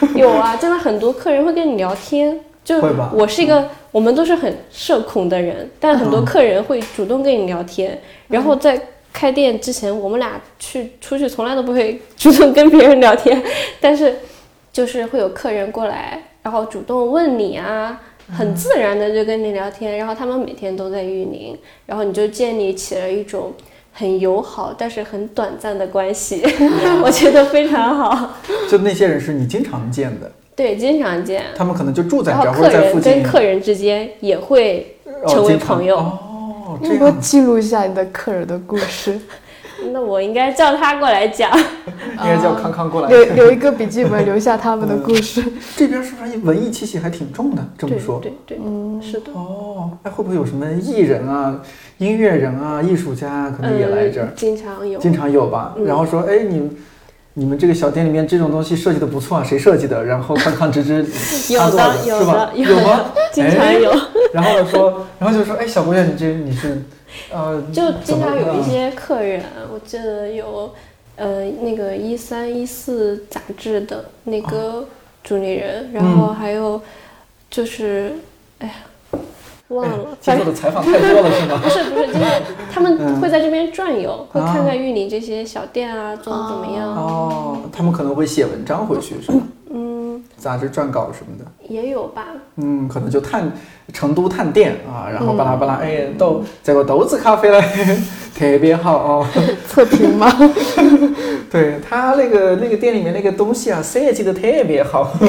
S4: 有啊，真的很多客人会跟你聊天。就
S2: 会吧嗯
S4: 我是一个，我们都是很社恐的人，但很多客人会主动跟你聊
S2: 嗯
S4: 天。然后在开店之前，我们俩去出去从来都不会 主动跟别人聊天，但是就是会有客人过来，然后主动问你啊，
S2: 嗯
S4: 很自然的就跟你聊天。然后他们每天都在玉林，然后你就建立起了一种。很友好，但是很短暂的关系，
S2: 啊
S4: 我觉得非常好。
S2: 就那些人是你经常见的，
S4: 对，经常见。
S2: 他们可能就住在
S4: 然
S2: 这儿
S4: 后
S2: 或者
S4: 客
S2: 在附
S4: 人
S2: 近
S4: 跟，客人之间也会
S2: 哦
S4: 成为
S2: 经常
S4: 朋友嗯
S2: 哦，
S7: 你
S2: 这
S7: 给我
S2: 样
S7: 记录一下你的客人的 故事，
S4: 那我应该叫他过来讲。
S2: 应该叫康康过来。
S7: 留留一个笔记本，留下他们的故事。
S2: 这边是不是文艺气息还挺重的？这么
S4: 对
S2: 说，
S4: 对对，是的。
S2: 哦，哎，会不会有什么艺人啊、音乐人啊、艺术家啊，可能也来这儿
S4: 嗯，？经常有。嗯
S2: 经常有吧。然后说，哎，你你们这个小店里面这种东西设计的不错啊，谁设计的？然后康康直直
S4: 有
S2: 他做
S4: 的，
S2: 是吧
S4: 的，？
S2: 有吗
S4: 的？，经常
S2: 哎
S4: 有。
S2: 然后说，然后就说，哎，小姑娘，你这你是，呃，
S4: 就经常
S2: 怎么
S4: 有一些客人，啊我记得有，呃，那个一三一四杂志的那
S2: 啊
S4: 个主理人，然
S2: 嗯
S4: 后还有就是，哎呀，忘
S2: 哎
S4: 了，
S2: 接
S4: 反
S2: 受
S4: 正
S2: 的采访太多了是 吗？
S4: 不是不是，就是他
S2: 嗯
S4: 们会在这边转悠，会看
S2: 啊
S4: 看玉林这些小店啊，做的怎么样。
S2: 哦，他们可能会写文章回去是 吧？
S4: 嗯，
S2: 杂志撰稿什么的。
S4: 也有吧。
S2: 嗯，可能就探成都探店啊，然后巴拉巴拉，哎，豆这个豆子咖啡嘞， 特别好 哦。
S7: 测评吗？
S2: 对他那个那个店里面那个东西啊，设计的特别好。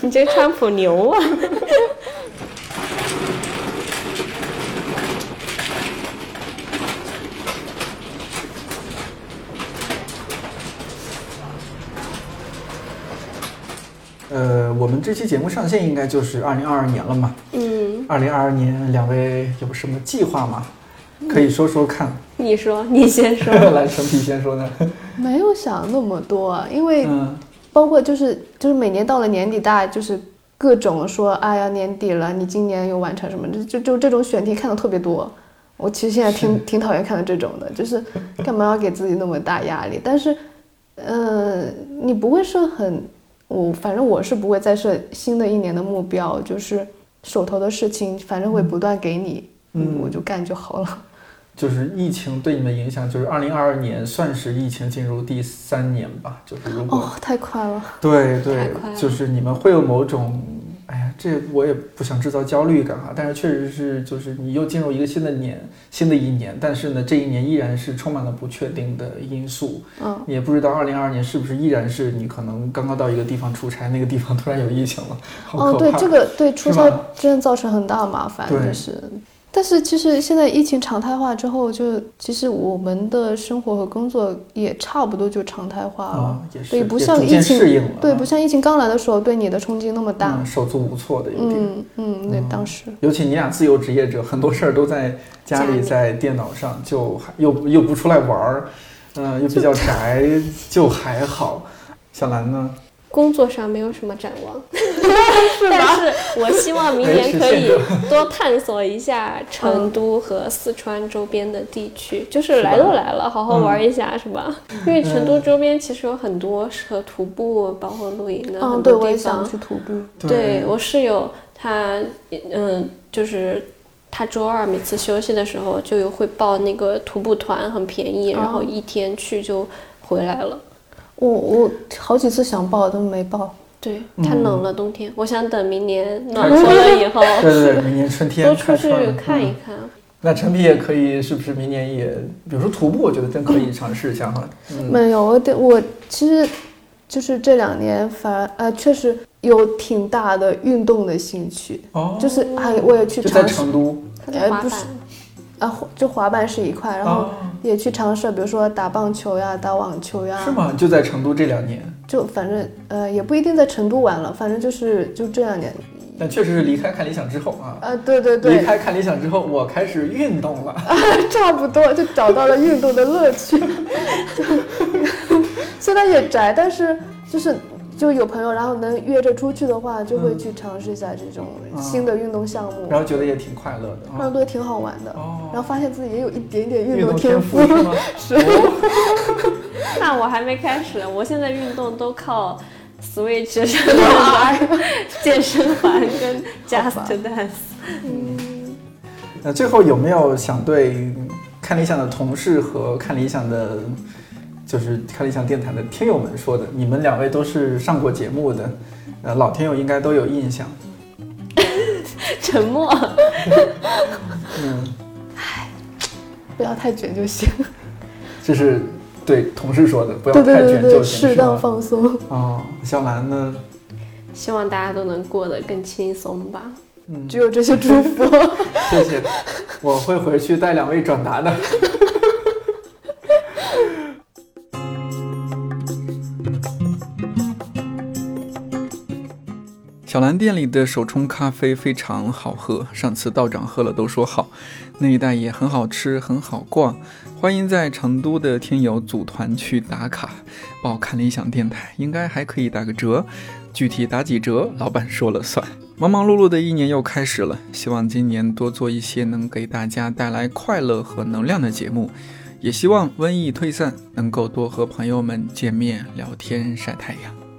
S4: 你这个川普牛啊！
S2: 呃，我们这期节目上线应该就是二零二二年了嘛。
S4: 嗯，
S2: 二零二二年，两位有什么计划吗？可以说说看。
S4: 你说，你先说。
S2: 嗯 来，陈皮先说呢。
S7: 没有想那么多啊，因为
S2: 嗯，
S7: 包括就是就是每年到了年底，大家就是各种说，哎呀年底了，你今年有完成什么？就就就这种选题看的特别多。我其实现在挺挺讨厌看到这种的，就是干嘛要给自己那么大压力？但是，呃，你不会设很，我反正我是不会再设新的一年的目标，就是手头的事情，反正会不断给你，嗯，我就干就好了。
S2: 就是疫情对你们影响，就是二零二二年算是疫情进入第三年吧，就是如果、
S7: 哦，太快了，
S2: 对
S4: 太
S2: 对
S4: 快，了
S2: 就是你们会有某种，哎呀，这我也不想制造焦虑感哈、但是确实是，就是你又进入一个新的年，新的一年，但是呢，这一年依然是充满了不确定的因素，
S7: 嗯，
S2: 你也不知道二零二二年是不是依然是你可能刚刚到一个地方出差，那个地方突然有疫情了，好可
S7: 哦，
S2: 怕。
S7: 对，这个对出差
S2: 吧
S7: 真的造成很大的麻烦，
S2: 对
S7: 就是。但是其实现在疫情常态化之后就，其实我们的生活和工作也差不多就常态化了，
S2: 啊，也是，
S7: 对，不
S2: 也
S7: 像
S2: 逐
S7: 疫
S2: 渐
S7: 情
S2: 适应了，啊
S7: 对，不像疫情刚来的时候对你的冲击那么大
S2: 嗯，。手足无措的有点。
S7: 嗯嗯，对，当时
S2: 尤其你俩自由职业者，很多事儿都在家
S4: 家
S2: 里，
S4: 里
S2: 在电脑上，就还又又不出来玩儿，嗯、又比较宅，就还好。小兰呢？
S4: 工作上没有什么展望，但 是我希望明年可以多探索一下成都和四川周边的地区，就是嗯来都来了，好好玩一下是吧？因为成都周边其实有很多适合徒步，包括露营的
S7: 嗯，
S4: 很
S7: 对
S4: 多
S7: 我
S4: 地
S7: 也想
S4: 方。
S7: 去徒步。
S4: 对我室友他，嗯，就是他周二每次休息的时候就有会报那个徒步团，很便宜，然
S2: 哦
S4: 后一天去就回来了。
S7: 我我好几次想报都没报。
S4: 对，太
S2: 嗯
S4: 冷了，冬天。我想等明年暖和了以后，
S2: 对对 对，明年春天
S4: 多出
S2: 开
S4: 去
S2: 春了
S4: 看一
S2: 嗯
S4: 看。
S2: 那陈皮也可以，是不是明年也，比如说徒步，我觉得真可以尝试一下哈。嗯，
S7: 没有，我得我其实就是这两年反而呃确实有挺大的运动的兴趣，
S2: 哦，
S7: 就是还我也去
S2: 就在
S7: 尝试
S2: 成都，
S4: 看
S7: 哎
S4: 看滑
S7: 不
S4: 板，
S7: 是啊，滑就滑板是一块，然后
S2: 哦
S7: 也去尝试，比如说打棒球呀、打网球呀，
S2: 是？吗？就在成都这两年，
S7: 就反正呃也不一定在成都玩了，反正就是就这两年，
S2: 但确实是离开看理想之后啊，
S7: 呃对对
S2: 离
S7: 对，啊
S2: 开看理想之后，我开始运动了。
S7: 差不多就找到了运动的乐趣。 就虽然也宅，但是就是就有朋友，然后能约着出去的话，就
S2: 嗯
S7: 会去尝试一下这种新的运动项目，
S2: 然后觉得也挺快乐的
S7: 然后
S2: 啊。
S7: 都挺好玩的。
S2: 哦
S7: 然后发现自己也有一点点
S2: 运
S7: 动
S2: 动天
S7: 天赋
S2: 赋，是吗？
S7: 是
S4: 那我还没开始，我现在运动都靠 Switch 上的玩健身环跟 Just Dance。
S2: 那最后有没有想对看理想的同事和看理想的，就是看理想电台的听友们说的？你们两位都是上过节目的，呃，老听友应该都有印象。
S4: 沉默，
S2: 嗯，
S7: 不要太卷就行。
S2: 这是对同事说的，不要
S7: 对对
S2: 太
S7: 对
S2: 卷
S7: 对
S2: 就
S7: 对，
S2: 行，是
S7: 适
S2: 吧
S7: 当？放松。
S2: 啊哦，小兰呢？
S4: 希望大家都能过得更轻松吧。
S2: 嗯
S7: 只有这些祝福。
S2: 谢谢，我会回去带两位转达的。
S10: 小蓝店里的手冲咖啡非常好喝，上次道长喝了都说好，那一带也很好吃，很好逛。欢迎在成都的听友组团去打卡，报看理想电台应该还可以打个折，具体打几折，老板说了算。忙忙碌碌的一年又开始了，希望今年多做一些能给大家带来快乐和能量的节目，也希望瘟疫退散，能够多和朋友们见面聊天晒太阳。